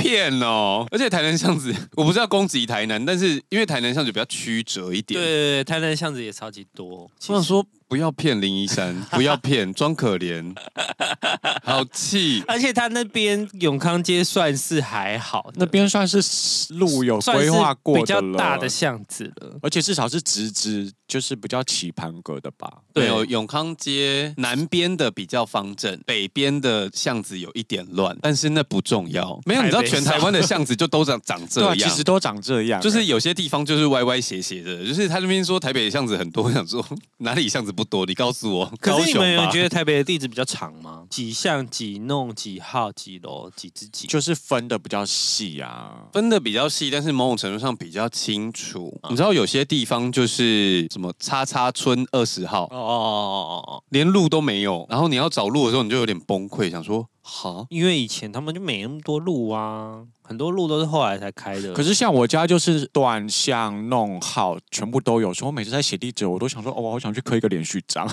S2: 骗哦！而且台南巷子，我不是要攻击台南，但是因为台南巷子比较曲折
S1: 对
S2: 一点，
S1: 对对，台南的巷子也超级多。其
S2: 我想
S1: 实，
S2: 说不要骗林一 *laughs* 山，不要骗，装可 *laughs* 怜，好气。
S1: 而且他那边永康街算是还好的，
S3: 那边算呃是路有
S1: 算是
S3: 规划过
S1: 比较
S3: 了
S1: 大的巷子了。
S3: 而且至少是直直，就是比较棋盘格的吧。
S1: 对
S2: 对，有永康街南边的比较方正，北边的巷子有一点乱，但是那不重要。没有，你知道全台湾的巷子就都长长 *laughs* 这
S3: 对啊，
S2: 样，
S3: 其实都长这样，欸
S2: 就是有些地方就是歪歪斜斜的，就是他那边说台北的巷子很多，我想说哪里巷子不多？你告诉我，
S1: 可
S2: 高
S1: 是你
S2: 雄
S1: 们有
S2: 吧
S1: 觉得台北的地址比较长吗？几巷、几弄、几号、几楼、几之几？
S3: 就是分的比较细啊。
S2: 分的比较细，但是某种程度上比较清楚。你知道有些地方就是什么叉叉村二十号
S1: 哦，哦哦哦哦哦，
S2: 连路都没有，然后你要找路的时候你就有点崩溃，想说哈，
S1: 因为以前他们就没那么多路啊，很多路都是后来才开的。
S3: 可是像我家就是段巷弄号全部都有，所以我每次在写地址，我都想说哦，我好想去刻一个连续 *laughs* 章。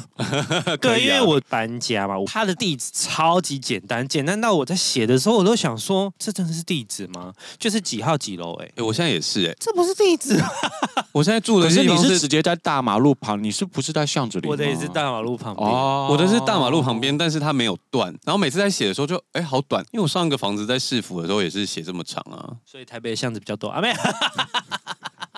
S2: 可
S1: 对，
S2: 以
S1: 因
S2: 啊
S1: 为我搬家嘛，我他的地址超级简单，简单到我在写的时候，我都想说，这真的是地址吗？就是几号几楼、哎，
S2: 哎、我现在也是哎、
S1: 这不是地址，
S2: *laughs* 我现在住
S3: 可
S2: 的
S3: 是
S2: 地
S3: 你
S2: 方
S3: 是
S2: 是，
S3: 直接在大马路旁，你是不是在巷子里吗？
S1: 我的也是大马路旁边。
S3: 哦，
S2: 我的是大马路旁。边，但是它没有断。然后每次在写的时候就哎、好短，因为我上一个房子在市府的时候也是写这么长啊，
S1: 所以台北的巷子比较多啊，没有。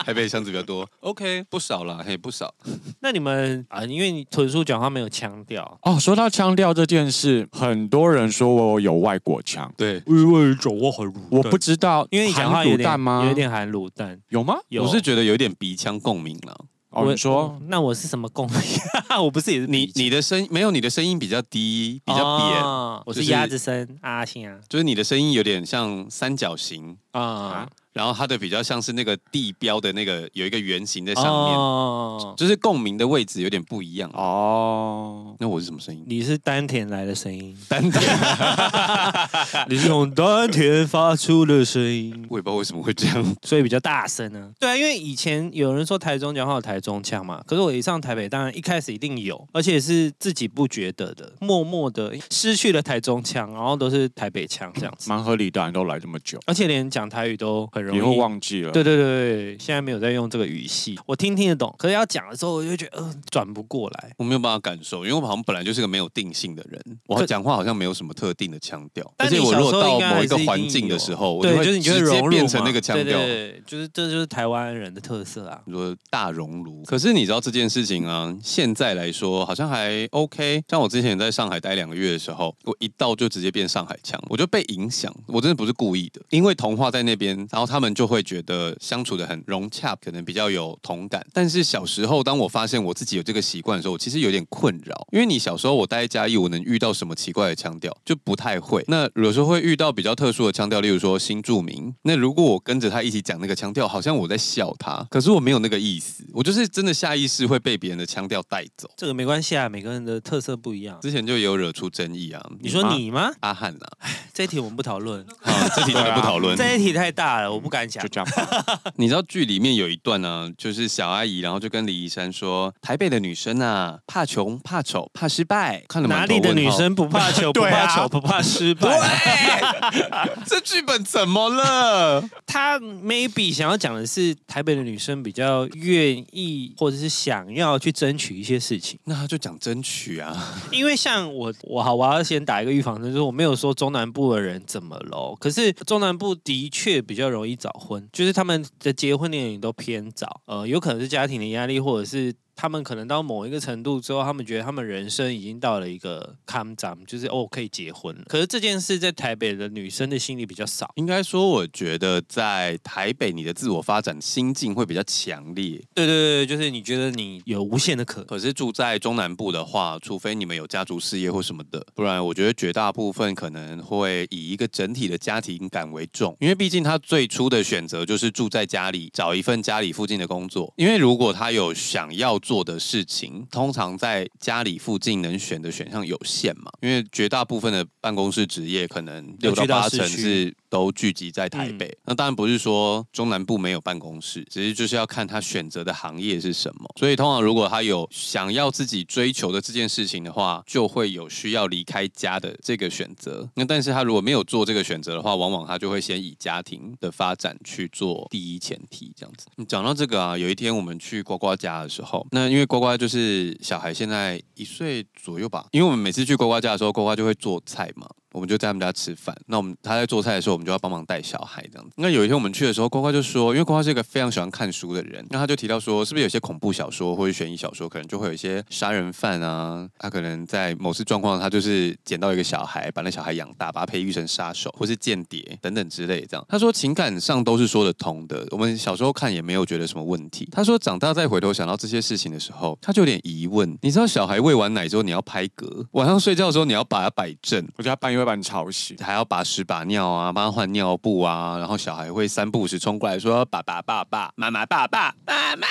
S2: 台北的巷子比较多 *laughs* ，OK 不少啦，嘿不少。
S1: 那你们啊，因为你屯叔讲话没有腔调，
S3: 哦，说到腔调这件事，很多人说我有外国腔，
S2: 对，
S1: 因为讲话很卤，
S3: 我不知道，
S1: 因为你讲话有
S3: 卤蛋
S1: 点
S3: 吗？
S1: 有点含卤蛋。
S3: 有吗？
S1: 有，
S2: 我是觉得有点鼻腔共鸣了。
S3: 哦，你说，
S1: 那我嗯是什么共鸣？ *laughs* 我不是也是
S2: 你你的声没有你的声音比较低，比较扁，
S1: 哦我是
S2: 就是
S1: 鸭子声阿信啊
S2: 就是你的声音有点像三角形，
S1: 啊，
S2: 然后它的比较像是那个地标的那个有一个圆形在上面，
S1: 哦，
S2: 就是共鸣的位置有点不一样。
S3: 哦，
S2: 那我是什么声音？
S1: 你是丹田来的声音，
S2: 丹田，
S1: 你是从丹田发出的声音，
S2: *laughs* 我也不知道为什么会这样。 *laughs*
S1: 所以比较大声呢、对啊，因为以前有人说台中讲话有台中腔嘛，可是我一上台北，当然一开始一定有，而且是自己不觉得的，默默的失去了台中腔，然后都是台北腔这样
S2: 嗯
S1: 子，
S3: 蛮合理的，你都来这么久，
S1: 而且连讲台语都很容易
S3: 也会忘记了。
S1: 对对对对，现在没有在用这个语系，我听听得懂，可是要讲的时候，我就觉得呃转不过来。
S2: 我没有办法感受，因为我好像本来就是个没有定性的人，我
S1: 这
S2: 讲话好像没有什么特定的腔调。
S1: 但
S2: 而且
S1: 你
S2: 我
S1: 小
S2: 如果
S1: 时候
S2: 到
S1: 应该
S2: 某
S1: 还
S2: 一个
S1: 是
S2: 环
S1: 定
S2: 境的
S1: 有
S2: 时候，我
S1: 对，就
S2: 就
S1: 是
S2: 会
S1: 你就会
S2: 直接
S1: 融入
S2: 变成
S1: 嘛
S2: 那个腔
S1: 对
S2: 调。
S1: 对对，就是这就是台湾人的特色啊。
S2: 你说大熔炉，可是你知道这件事情啊，现在来说好像还 OK。像我之前在上海待两个月的时候，我一到就直接变上海腔，我就被影响，我真的不是故意的。因为同化在那边，然后他们就会觉得相处的很融洽，可能比较有同感。但是小时候，当我发现我自己有这个习惯的时候，我其实有点困扰，因为你小时候我待在嘉义，我能遇到什么奇怪的腔调就不太会。那有时候会遇到比较特殊的腔调，例如说新住民。那如果我跟着他一起讲那个腔调，好像我在笑他，可是我没有那个意思，我就是真的下意识会被别人的腔调带走。
S1: 这个没关系啊，每个人的特色不一样。
S2: 之前就有惹出争议啊，
S1: 你说你吗？
S2: 阿汉啊， *laughs*
S1: 这一题我们不讨论，
S2: 好，这题咱们不讨论。
S1: 这一题太大了，我不敢讲
S3: 就。这样吧。
S2: 你知道剧里面有一段呢、就是小阿姨，然后就跟李医生说，台北的女生啊，怕穷、怕丑、怕失败，看了
S1: 哪
S2: 满头
S1: 里的
S2: 问
S1: 女
S2: 号？
S1: 生不怕球，不
S3: 对啊
S1: 怕丑，不怕失败？
S2: 对，这剧本怎么了？
S1: 她 maybe 想要讲的是，台北的女生比较愿意或者是想要去争取一些事情。
S2: *laughs* 那他就讲争取啊，
S1: 因为像我，我好，我要先打一个预防针，就是我没有说中南部的人怎么喽，可是中南部的确比较容易早婚，就是他们的结婚年龄都偏早，呃，有可能是家庭的压力，或者是。他们可能到某一个程度之后，他们觉得他们人生已经到了一个 come down，就是哦可以结婚了。可是这件事在台北的女生的心里比较少。
S2: 应该说，我觉得在台北，你的自我发展心境会比较强烈。
S1: 对对对，就是你觉得你有无限的可能。
S2: 可是住在中南部的话，除非你们有家族事业或什么的，不然我觉得绝大部分可能会以一个整体的家庭感为重，因为毕竟他最初的选择就是住在家里，找一份家里附近的工作。因为如果他有想要做的事情，通常在家里附近能选的选项有限嘛，因为绝大部分的办公室职业可能
S1: 有
S2: 六
S1: 去
S2: 到
S1: 到
S2: 八
S1: 市
S2: 成
S1: 区
S2: 是都聚集在台
S1: 嗯
S2: 北。那当然不是说中南部没有办公室，只是就是要看他选择的行业是什么。所以通常如果他有想要自己追求的这件事情的话，就会有需要离开家的这个选择。那但是他如果没有做这个选择的话，往往他就会先以家庭的发展去做第一前提，这样子。你讲到这个啊，有一天我们去呱呱家的时候，那因为呱呱就是小孩现在一岁左右吧，因为我们每次去呱呱家的时候，呱呱就会做菜嘛，我们就在他们家吃饭。那我们他在做菜的时候，我们就要帮忙带小孩这样子。那有一天我们去的时候，呱呱就说，因为呱呱是一个非常喜欢看书的人，那他就提到说，是不是有些恐怖小说或者悬疑小说，可能就会有一些杀人犯啊，他可能在某次状况，他就是捡到一个小孩，把那小孩养大，把他培育成杀手或是间谍等等之类这样。他说情感上都是说得通的，我们小时候看也没有觉得什么问题。他说长大再回头想到这些事情的时候，他就有点疑问。你知道小孩喂完奶之后你要拍嗝，晚上睡觉的时候你要把它摆正，
S3: *laughs* 我觉得他半夜会把你吵醒。
S2: 还要把屎把尿啊，帮他换尿布啊，然后小孩会三不五时冲过来说：“爸爸，爸爸，妈妈，爸爸，妈妈。”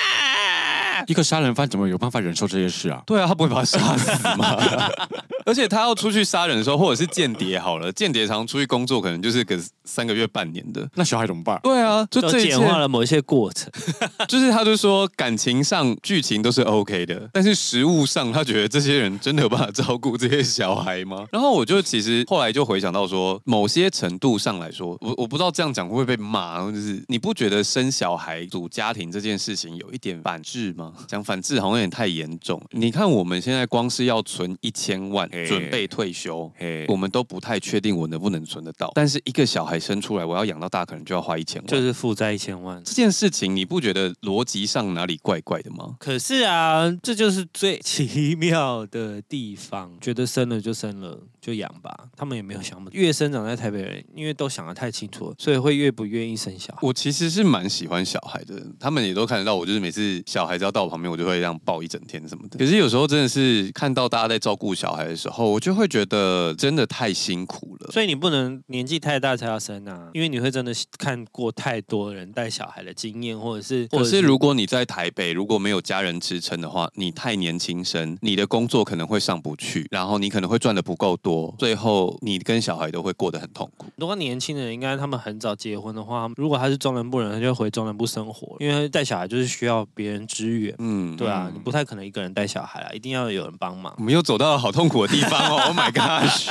S3: 一个杀人犯怎么有办法忍受这些事啊？
S2: 对啊，他不会把他杀死吗？ *laughs* 而且他要出去杀人的时候，或者是间谍好了，间谍常出去工作，可能就是个三个月半年的。
S3: 那小孩怎么办？
S2: 对啊，就
S1: 都
S2: 这一
S1: 简
S2: 切，
S1: 化了某一些过程，
S2: *laughs* 就是他就说感情上剧情都是 OK 的，但是实物上他觉得这些人真的有办法照顾这些小孩吗？ *laughs* 然后我就其实后来就回想到说，某些程度上来说，我我不知道这样讲会不会被骂，就是你不觉得生小孩组家庭这件事情有一点反制吗？讲反制好像有点太严重。你看我们现在光是要存一千万
S3: 嘿
S2: 准备退休，
S3: 嘿
S2: 我们都不太确定我能不能存得到，但是一个小孩生出来，我要养到大，可能就要花一千万。
S1: 就是负债一千万。
S2: 这件事情，你不觉得逻辑上哪里怪怪的吗？
S1: 可是啊，这就是最奇妙的地方。觉得生了就生了，就养吧。他们也没有想那么多越生长在台北人，因为都想得太清楚了，所以会越不愿意生小孩。
S2: 我其实是蛮喜欢小孩的，他们也都看得到我，就是每次小孩只要到我旁边，我就会这样抱一整天什么的。可是有时候真的是看到大家在照顾小孩的时候，我就会觉得真的太辛苦了。
S1: 所以你不能年纪太大才要生啊，因为你会真的看过太多人带小孩的经验，或者是，或
S2: 可
S1: 者
S2: 是如果你在台北，如果没有家人支撑的话，你太年轻生，你的工作可能会上不去，然后你可能会赚的不够多，最后你跟小孩都会过得很痛苦。
S1: 如果年轻人应该他们很早结婚的话，他们如果他是中南部人，他就会回中南部生活，因为带小孩就是需要别人支援。
S2: 嗯，
S1: 对啊，你不太可能一个人带小孩啊，一定要有人帮忙
S2: 我们又走到了好痛苦的地方哦！Oh
S1: *laughs*
S2: my gosh！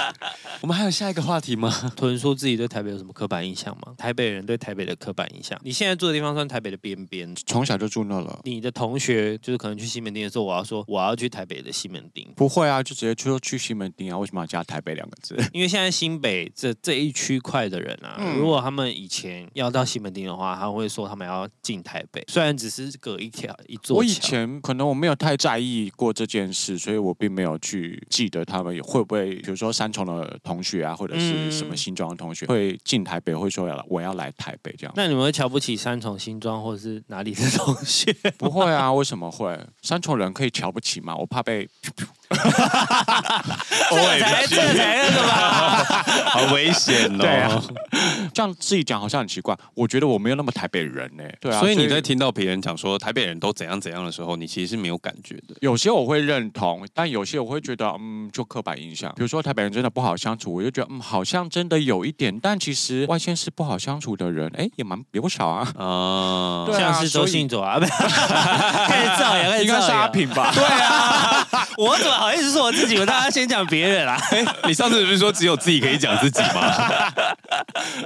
S2: 我们还有下一个话题吗？
S1: 屯叔自己对台北有什么刻板印象吗？台北人对台北的刻板印象，你现在住的地方算台北的边边。
S3: 从小就住那了。
S1: 你的同学就是可能去西门町的时候，我要说我要去台北的西门
S3: *laughs*
S1: 町，
S3: 不会啊，就直接去去西门町啊！为什么要加台北两个字？
S1: 因为现在新北这这一区块的人啊，
S3: 嗯
S1: 如果他们以前要到西门町的话，他会说他们要进台北，虽然只是隔一条一座
S3: 我以
S1: 桥。
S3: 前可能我没有太在意过这件事，所以我并没有去记得他们也会不会，比如说三重的同学啊，或者是什么
S1: 嗯
S3: 新庄的同学会进台北，会说要来我要来台北这样。
S1: 那你们会瞧不起三重新庄或者是哪里的同
S3: *laughs*
S1: 学？
S3: 不会啊，为什么会？三重人可以瞧不起吗？我怕被
S1: 这
S3: 哎
S1: 才这才那个吧？
S2: 好危险哦！*laughs*
S3: 对啊，这样自己讲好像很奇怪。我觉得我没有那么台北人呢、对啊，
S2: 所以你在听到别人讲说台北人都怎样怎样的时候，你其实是没有感觉的。
S3: 有些我会认同，但有些我会觉得，嗯，就刻板印象。比如说台北人真的不好相处，我就觉得，嗯，好像真的有一点，但其实外县市不好相处的人，哎，也蛮也不少啊。
S2: 啊、 *laughs*
S3: 对啊
S1: 像是周信卓啊，
S3: *laughs*
S1: 不开始造谣，开始
S3: 应该是
S1: 造
S3: 阿
S1: 谣。
S3: 平 *laughs* 吧？
S1: 对啊，我怎么好意思说我自己？我当然要先讲别人啦。啊
S2: 你上次不是说只有自己可以讲自己吗？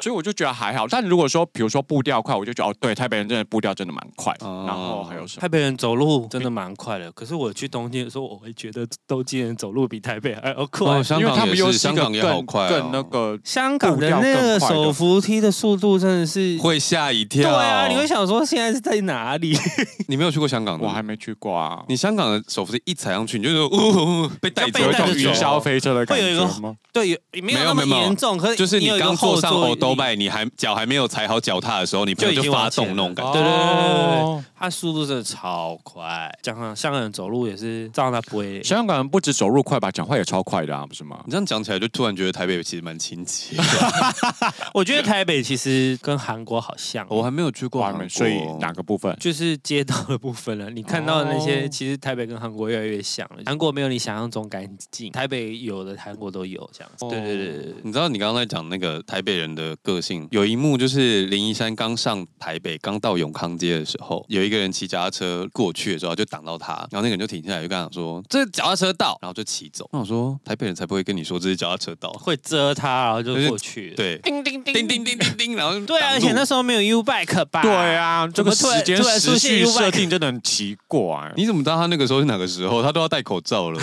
S3: 所以我就觉得还好。但如果说比如说步调快，我就觉得哦，对，台北人真的步调真的蛮快。
S2: 哦
S3: 然后还有什么？
S1: 台北人走路真的蛮快的，可是我去东京的时候，我会觉得东京人走路比台北还要快。
S2: 哦，香
S3: 因为他
S2: 港
S3: 们
S2: 也
S3: 又
S2: 是，
S3: 是一
S2: 香
S3: 个
S2: 港也好
S3: 更
S2: 快、哦，
S3: 更那个
S1: 香港的那个手扶梯的速度真的是，
S2: *laughs* 会吓一
S1: 对
S2: 跳。
S1: 啊，你会想说现在是在哪里？
S2: 你没有去过香港的？
S3: 我还没去过啊。
S2: 你香港的手扶梯一踩上去，你就说呜、被带
S1: 要 *laughs*
S2: 走啊
S1: 被
S3: 有一
S1: 带
S3: 种
S1: 着
S3: 云
S1: 走
S3: 霄飞车的感
S1: 会有一个
S3: 觉吗？
S1: *laughs* 对，有没
S2: 没
S1: 有
S2: 有
S1: 那
S2: 没
S1: 么
S2: 有
S1: 严重，可是
S2: 就是
S1: 你
S2: 你
S1: 有一个
S2: 刚坐上
S1: 后
S2: 欧
S1: 座
S2: 都
S1: 力
S2: 拜，你还脚还没有踩好脚踏的时候，你朋
S1: 就已
S2: 友
S1: 经
S2: 就
S1: 往
S2: 发
S1: 前
S2: 动那种感觉。
S1: 对对对
S3: 哦
S1: 他速度真的超快，讲上香港人走路也是照他不会。
S3: 香港人不止走路快吧，讲话也超快的啊，不是吗？
S2: 你这样讲起来，就突然觉得台北其实蛮亲 *laughs* 切。
S1: 我觉得台北其实跟韩国好像，
S2: 我还没有去过
S1: 啊
S2: 韩
S3: 哇
S2: 国，
S3: 所以哪个部分？
S1: 就是街道的部分了。你看到的那些，
S3: 哦
S1: 其实台北跟韩国越来越像了。韩国没有你想象中干净，台北有的韩国都有这
S3: 哦
S1: 样子。对对对对对。
S2: 你知道你刚刚在讲那个台北人的个性，有一幕就是林一山刚上台北，刚到永康街的时候，有一个人骑脚踏车过去的时候就挡到他，然后那个人就停下来就跟他讲说：“这是脚踏车道。”然后就骑走。那我说台北人才不会跟你说这是脚踏车道，
S1: 会遮他，然后就
S2: 就是
S1: 过去了。
S2: 对，叮叮叮叮叮叮叮，然后就
S1: 对啊，
S2: 挡
S1: 而
S2: 路
S1: 且那时候没有 U Bike 吧？
S3: 对，啊，这
S1: 怎么
S3: 个
S1: 突
S3: 时
S1: 然
S3: 间
S1: 突然出
S3: 时
S1: 现
S3: 序
S1: U-bike
S3: 设定真的很奇怪。
S2: 你怎么知道他那个时候是哪个时候？他都要戴口罩了，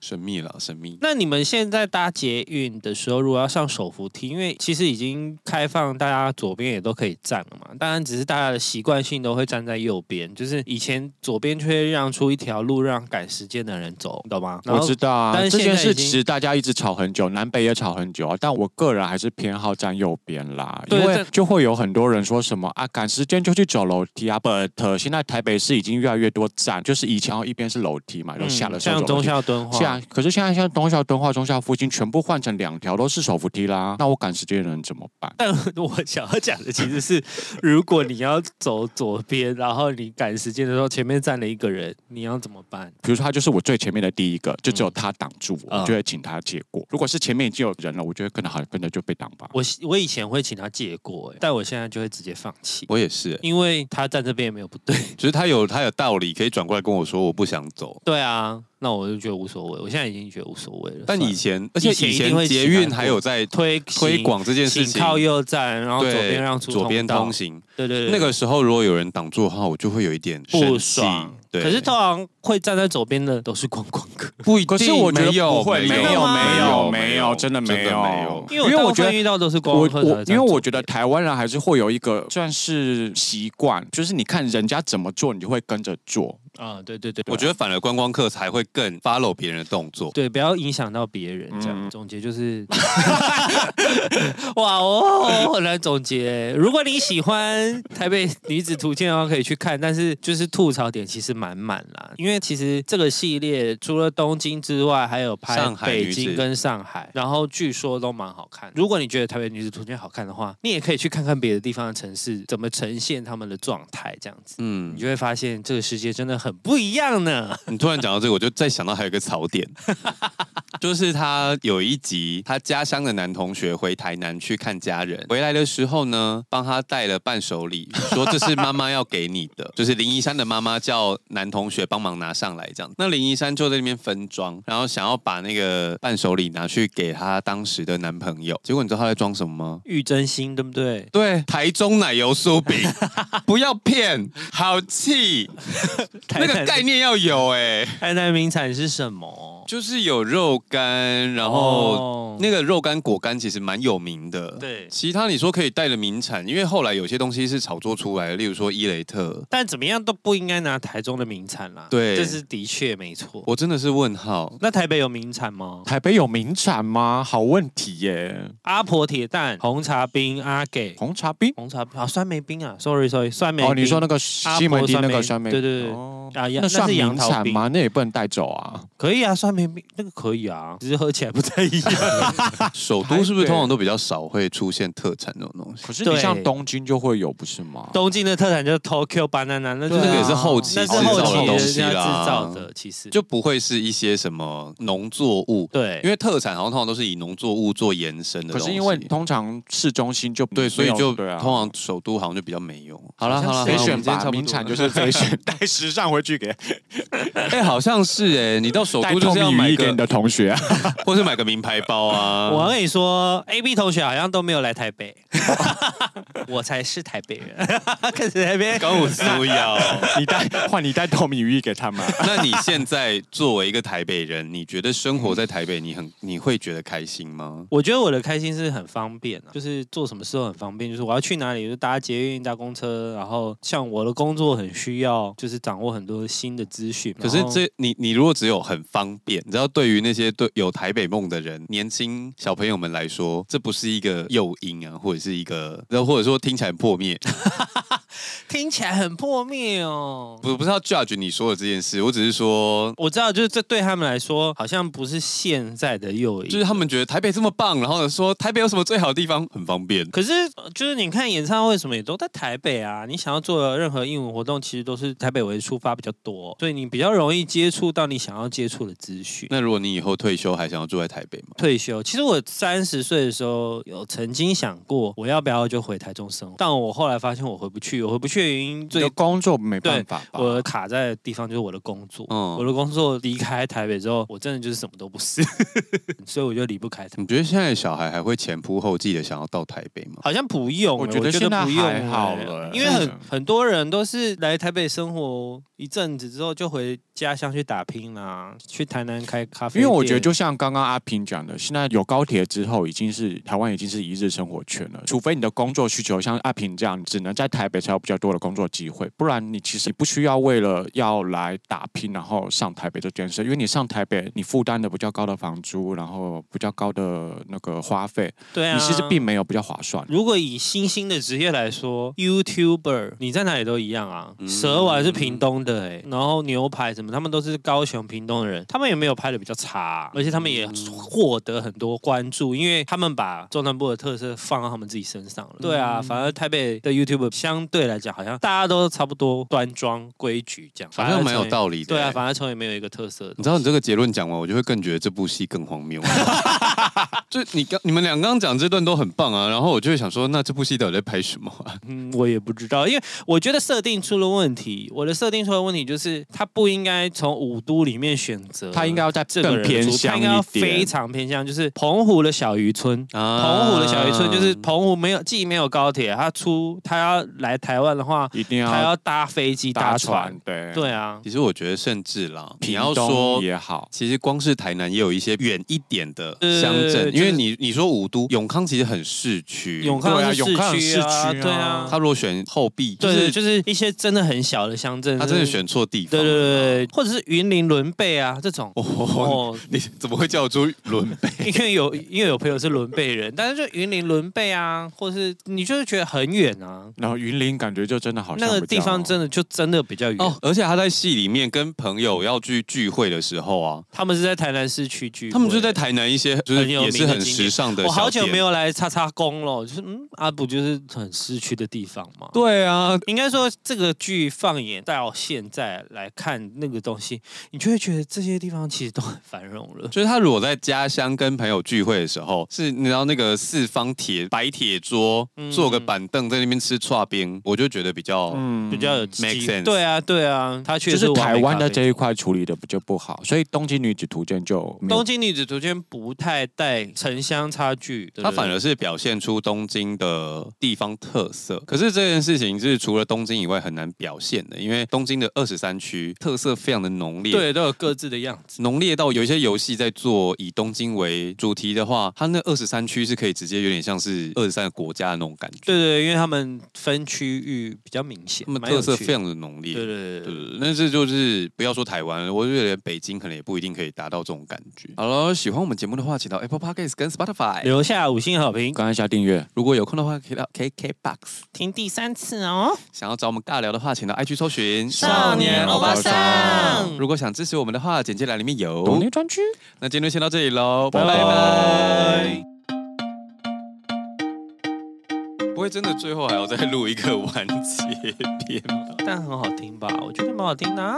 S2: 神秘了，神秘。
S1: 那你们现在搭捷运的时候，如果要上手扶梯，因为其实已经开放，大家左边也都可以站了嘛。当然，只是大家的习惯性都会站在右边，就是以前左边却让出一条路让赶时间的人走，懂吗？然
S3: 我
S1: 后
S3: 知道啊，
S1: 但是
S3: 这
S1: 现
S3: 件
S1: 在
S3: 事
S1: 已经
S3: 其实大家一直吵很久，南北也吵很久啊。但我个人还是偏好站右边啦，因
S1: 对
S3: 为
S1: 这
S3: 就会有很多人说什么啊，赶时间就去走楼梯啊。But 现在台北市已经越来越多站，就是以前哦一边是楼梯嘛，然后下了时候
S1: 嗯像
S3: 走
S1: 中
S3: 楼梯
S1: 校敦化，
S3: 是啊，可是现在像东校、敦化、中校附近全部换成两条都是手扶梯啦，那我赶时间的人怎么办？
S1: 但我想要讲的其实是，如果你要走左边，然后你赶时间的时候，前面站了一个人，你要怎么办？
S3: 比如说他就是我最前面的第一个，就只有他挡住我，
S1: 嗯
S3: 我就会请他借过。如果是前面已经有人了，我觉得可能好像跟着就被挡吧。
S1: 我我以前会请他借过、欸，但我现在就会直接放弃，
S2: 我也是、欸，
S1: 因为他站这边也没有不对。 *laughs*
S2: 就是他有他有道理，可以转过来跟我说我不想走。
S1: 对啊，那我就觉得无所谓，我现在已经觉得无所谓了。
S2: 但
S1: 算
S2: 以
S1: 了
S2: 前，而且
S1: 以前
S2: 以
S1: 一定会
S2: 前捷
S1: 喜
S2: 运
S1: 欢
S2: 还有在
S1: 推
S2: 推广这件
S1: 请
S2: 事
S1: 请
S2: 情，
S1: 靠右站，然后左
S2: 对
S1: 边让出
S2: 左边
S1: 道
S2: 通，行。
S1: 对对对，
S2: 那个时候如果有人挡住的话，我就会有一点
S1: 不
S2: 生气
S1: 爽。
S2: 对，
S1: 可是通常会站在左边的都是观光客，
S2: 不一定，
S3: 可是我觉得
S2: 没有
S3: 不会
S1: 没有没
S3: 有没有真的没有
S1: 因为
S3: 因为
S1: 我大
S3: 我
S1: 部
S3: 觉
S1: 分
S3: 得
S1: 遇到都是观
S3: 我
S1: 光客才会站
S3: 我
S1: 左
S3: 因
S1: 边，
S3: 为我觉得台湾人还是会有一个算是习惯，就是你看人家怎么做，你就会跟着做。
S1: 啊，对对对，
S2: 我觉得反而观光客才会更 follow 别人的动作。
S1: 对，不要影响到别人。这样、
S3: 嗯
S1: 总结
S2: *laughs*
S1: 就是， *laughs* 哇哦，我很难总结。欸如果你喜欢台北女子图鉴的话，可以去看，但是就是吐槽点其实满满啦。因为其实这个系列除了东京之外，还有拍
S2: 上海
S1: 北
S2: 女子
S1: 京跟上海，然后据说都蛮好看。如果你觉得台北女子图鉴好看的话，你也可以去看看别的地方的城市怎么呈现他们的状态，这样子。
S2: 嗯
S1: 你，就会发现这个世界真的很不一样呢。 *laughs*
S2: 你突然讲到这个，我就再想到还有一个槽点，就是他有一集，他家乡的男同学回台南去看家人，回来的时候呢，帮他带了伴手礼，说这是妈妈要给你的，就是林一山的妈妈叫男同学帮忙拿上来这样。那林一山就在那边分装，然后想要把那个伴手礼拿去给他当时的男朋友，结果你知道他在装什么吗？
S1: 玉真心，对不对？
S2: 对，台中奶油酥饼，不要骗，好气，那
S1: 台
S2: 个
S1: 南
S2: 概念要有哎、
S1: 台南名产是什么？
S2: 就是有肉干，然后
S1: 哦
S2: 那个肉干果干其实蛮有名的。，
S1: 对，
S2: 其他你说可以带的名产，因为后来有些东西是炒作出来的，例如说伊雷特，
S1: 但怎么样都不应该拿台中的名产啦。
S2: 对
S1: 这是的确没错。
S2: 我真的是问号。
S1: 那台北有名产吗？
S3: 台北有名产吗？好问题耶！
S1: 阿婆铁蛋、红茶冰、阿给、
S3: 红茶冰
S1: 红茶啊、酸梅冰啊，sorry sorry，酸梅冰。
S3: 哦，你说那个
S1: 阿
S3: 西门町那
S1: 婆酸
S3: 个酸
S1: 梅
S3: 梅，
S1: 对对对
S3: 哦
S1: 啊，
S3: 那
S1: 是
S3: 算
S1: 杨
S3: 名
S1: 桃
S3: 产
S1: 冰
S3: 吗？那也不能带走啊。
S1: 可以啊，酸梅冰那个可以啊，只是喝起来不太一样。
S2: 首都是不是通常都比较少会出现特产这种东西？
S3: 可是
S1: 对
S3: 你像东京就会有，不是吗？
S1: 东京的特产就是 Tokyo banana，那就
S3: 对
S1: 是
S3: 啊
S2: 这个也是后期
S1: 那
S2: 制
S1: 是
S2: 造
S1: 后
S2: 的
S1: 期
S2: 东
S1: 人
S2: 西
S1: 家制造
S2: 啦，
S1: 的，其实
S2: 就不会是一些什么农作物，
S1: 对，
S2: 因为特产好像通常都是以农作物做延伸的
S3: 可
S2: 东西。
S3: 是因为通常市中心就
S2: 对，所以
S3: 没有
S2: 就
S3: 对啊，
S2: 通常首都好像就比较没用。好了
S1: 好像
S2: 好了，
S1: 是
S2: 好
S3: 非
S2: 啦我
S3: 选
S2: 们今天差
S3: 吧，
S2: 不多
S3: 名产 *laughs*
S2: 了
S3: 就是
S2: *laughs*
S3: 非选，带时尚回去给
S2: 哎、好像是哎、你到首
S3: *laughs* 带
S2: 都就是要
S3: 透
S2: *laughs*
S3: 明
S2: 买
S3: 雨衣
S2: 一
S3: 给你
S2: 个，
S3: 的同学啊。 *laughs*
S2: 或是买个名牌包啊。
S1: 我跟你说，哎、 A、B 同学好像都没有来台
S2: *laughs*
S1: 北，我才是台北人， *laughs* 开始在那边
S2: 刚我苏瑶，
S3: 你带换你带透明鱼给他们。
S2: 那你现在作为一个台北人，你觉得生活在台北，你很你会觉得开心吗？
S1: 我觉得我的开心是很方便啊，就是做什么事都很方便，就是我要去哪里就搭捷运、搭公车，然后像我的工作很需要，就是掌握很多新的资讯。
S2: 可是
S1: 然后
S2: 这你你如果只有很方便，你知道，对于那些对有台北梦的人，年轻小朋友们来说，这不是一个诱因啊，或者是一个，然后或者说听起来很破灭。 *laughs*
S1: 听起来很破灭哦。
S2: 我不是要 judge 你说的这件事，我只是说，
S1: 我知道，就是这对他们来说好像不是现在的诱
S2: 就
S1: 因。
S2: 是他们觉得台北这么棒，然后呢说台北有什么最好的地方，很方便。
S1: 可是，呃就是你看演唱会什么也都在台北啊，你想要做的任何义务活动，其实都是台北为出发比较多，所以你比较容易接触到你想要接触的资讯。
S2: 那如果你以后退休还想要住在台北吗？
S1: 退休，其实我三十岁的时候有曾经想过，我要不要就回台中生活？但我后来发现我回不去，我回不去的原因
S3: *laughs* 你的
S1: 最
S3: 工作没办法吧？
S1: 我卡在的地方就是我的工作。
S2: 嗯
S1: 我的工作离开台北之后，我真的就是什么都不是， *laughs* 所以我就离不开台北。
S2: 嗯你觉得现在的小孩还会前仆后继的想要到台北吗？
S1: 好像不用欸、我
S3: 我觉得现在
S1: 不用
S3: 还好
S1: 欸
S3: 了
S1: 因为很
S3: 嗯
S1: 很多人都是来台北生活一阵子之后，就回家乡去打拼啦、去台南开咖啡
S3: 因
S1: 店。
S3: 为我觉得，就像刚刚阿平讲的，现在有高铁之后，已经是台湾已经是一日生活圈了。除非你的工作需求像阿平这样，只能在台北才有比较多的工作机会，不然你其实不需要为了要来打拼，然后上台北这件事。因为你上台北，你负担的比较高的房租，然后比较高的那个花费，
S1: 对啊，
S3: 你其实并没有比较划算。
S1: 如果以新兴的职业来说，YouTuber 你在哪里都一样啊。
S2: 嗯
S1: 蛇丸是屏东的哎、然后牛排什么，他们都是高雄、屏东的人，他们也没有拍的比较差啊、而且他们也获得很多关注，因为他们把中南部的特色放到他们自己身上
S2: 嗯
S1: 了。对啊，反而台北的 YouTuber 相对来讲，好像大家都差不多端庄规矩这样，
S2: 好像蛮有
S1: 理。
S2: 道理的、
S1: 对啊，
S2: 欸
S1: 反而成为没有一个特色的。
S2: 你知道你这个结论讲完，我就会更觉得这部戏更荒
S1: *laughs*
S2: 谬。就你刚你们俩刚刚讲这段都很棒啊，然后我就会想说，那这部戏到底在拍什么啊？
S1: 嗯，我也不知道，因为我觉得设定出了问题。我的设定出了问题就是，他不应该从五都里面选择，
S3: 他应该要在
S1: 这个
S3: 更
S1: 人
S3: 偏
S1: 出他
S3: 向
S1: 应该要
S3: 一
S1: 非
S3: 点。
S1: 常偏向，就是澎湖的小渔村。 *laughs* 澎湖的小渔村
S2: 啊
S3: 啊
S1: 就是澎湖没有，既没有高铁，他出他要来台湾的话，
S3: 一定
S1: 他
S3: 要
S1: 要搭飞机
S3: 搭
S1: 搭
S3: 船
S1: 船。，
S3: 对，
S1: 对啊，
S2: 其实我觉得，甚至啦，你
S3: 屏
S2: 要
S3: 东
S2: 说。
S3: 也好，
S2: 其实光是台南也有一些远一点的
S1: 对
S2: 乡镇，
S1: 就是
S2: 因为你你说五都永康其实很市区，
S1: 永康
S3: 对啊
S1: 是
S3: 永康
S1: 市
S3: 市
S1: 啊，
S3: 区啊
S1: 对啊，
S2: 他如果选后壁，就
S1: 对对，
S2: 是
S1: 就是一些真的很小的乡镇，
S2: 他真的，选错地方。
S1: 对对对，对或者是云林伦贝啊这种。
S2: 哦，
S1: 哦，
S2: *laughs* 你怎么会叫出伦北？
S1: *laughs* 因为有因为有朋友是伦贝人，但是就云林伦贝啊，或是你就是觉得很远啊，
S3: 然后云林感觉就真的好像
S1: 那个地方
S3: 真。
S1: 真的就真的比较远。
S2: 哦，而且他在戏里面跟朋友要去聚会的时候啊，
S1: 他们是在台南市区聚会，
S2: 他们就在台南一些就是
S1: 很有
S2: 也
S1: 名的
S2: 是很
S1: 景点
S2: 时尚的
S1: 我
S2: 小店。
S1: 好久没有来叉叉宫了，就是嗯啊，不就是很市区的地方嘛。
S2: 对啊，
S1: 应该说，这个剧放眼到现在来看那个东西，你就会觉得这些地方其实都很繁荣了。
S2: 就是他如果在家乡跟朋友聚会的时候，是你知道那个四方铁白铁桌，
S1: 嗯
S2: 坐个板凳在那边吃串冰，我就觉得比较。
S3: 嗯
S1: 比较有机
S2: make sense
S1: 对啊，对啊，他确
S3: 就
S1: 实
S3: 是
S1: 完美
S3: 台湾
S1: 咖
S3: 的
S1: 啡
S3: 这一块处理的比较不好，所以东京女子图鉴就没有
S1: 东京女子图鉴不太带城乡差距，
S2: 它反而是表现出东京的地方特色，可是这件事情是除了东京以外很难表现的，因为东京的二十三区特色非常的浓烈，
S1: 对都有各自的样子。
S2: 浓烈到有一些游戏在做以东京为主题的话，它那二十三区是可以直接有点像是二十三个国家的那种感觉，
S1: 对对，因为他们分区域比较明显，
S2: 那么
S1: 蛮有
S2: 特色
S1: 趣
S2: 非常的浓烈。
S1: 对对对
S2: 对
S1: 对。
S2: 对，那这就是不要说台湾了，我就觉得连北京可能也不一定可以达到这种感觉。好了，喜欢我们节目的话，请到 Apple Podcast 跟 Spotify。
S1: 留下五星好评，
S3: 刚按下订阅，
S2: 如果有空的话，可以到 KK Box。
S1: 听第三次哦。
S2: 想要找我们尬聊的话，请到 IG 搜寻
S1: 少年欧巴桑
S2: 如果想支持我们的话，简介栏里面
S1: 哦
S2: 有。
S3: 懂内专区。
S2: 那今天就先到这里喽，拜
S3: 拜拜
S2: 拜。不会真的最后还要再录一个完结篇吧？
S1: 但很好听吧？我觉得蛮好听的、啊。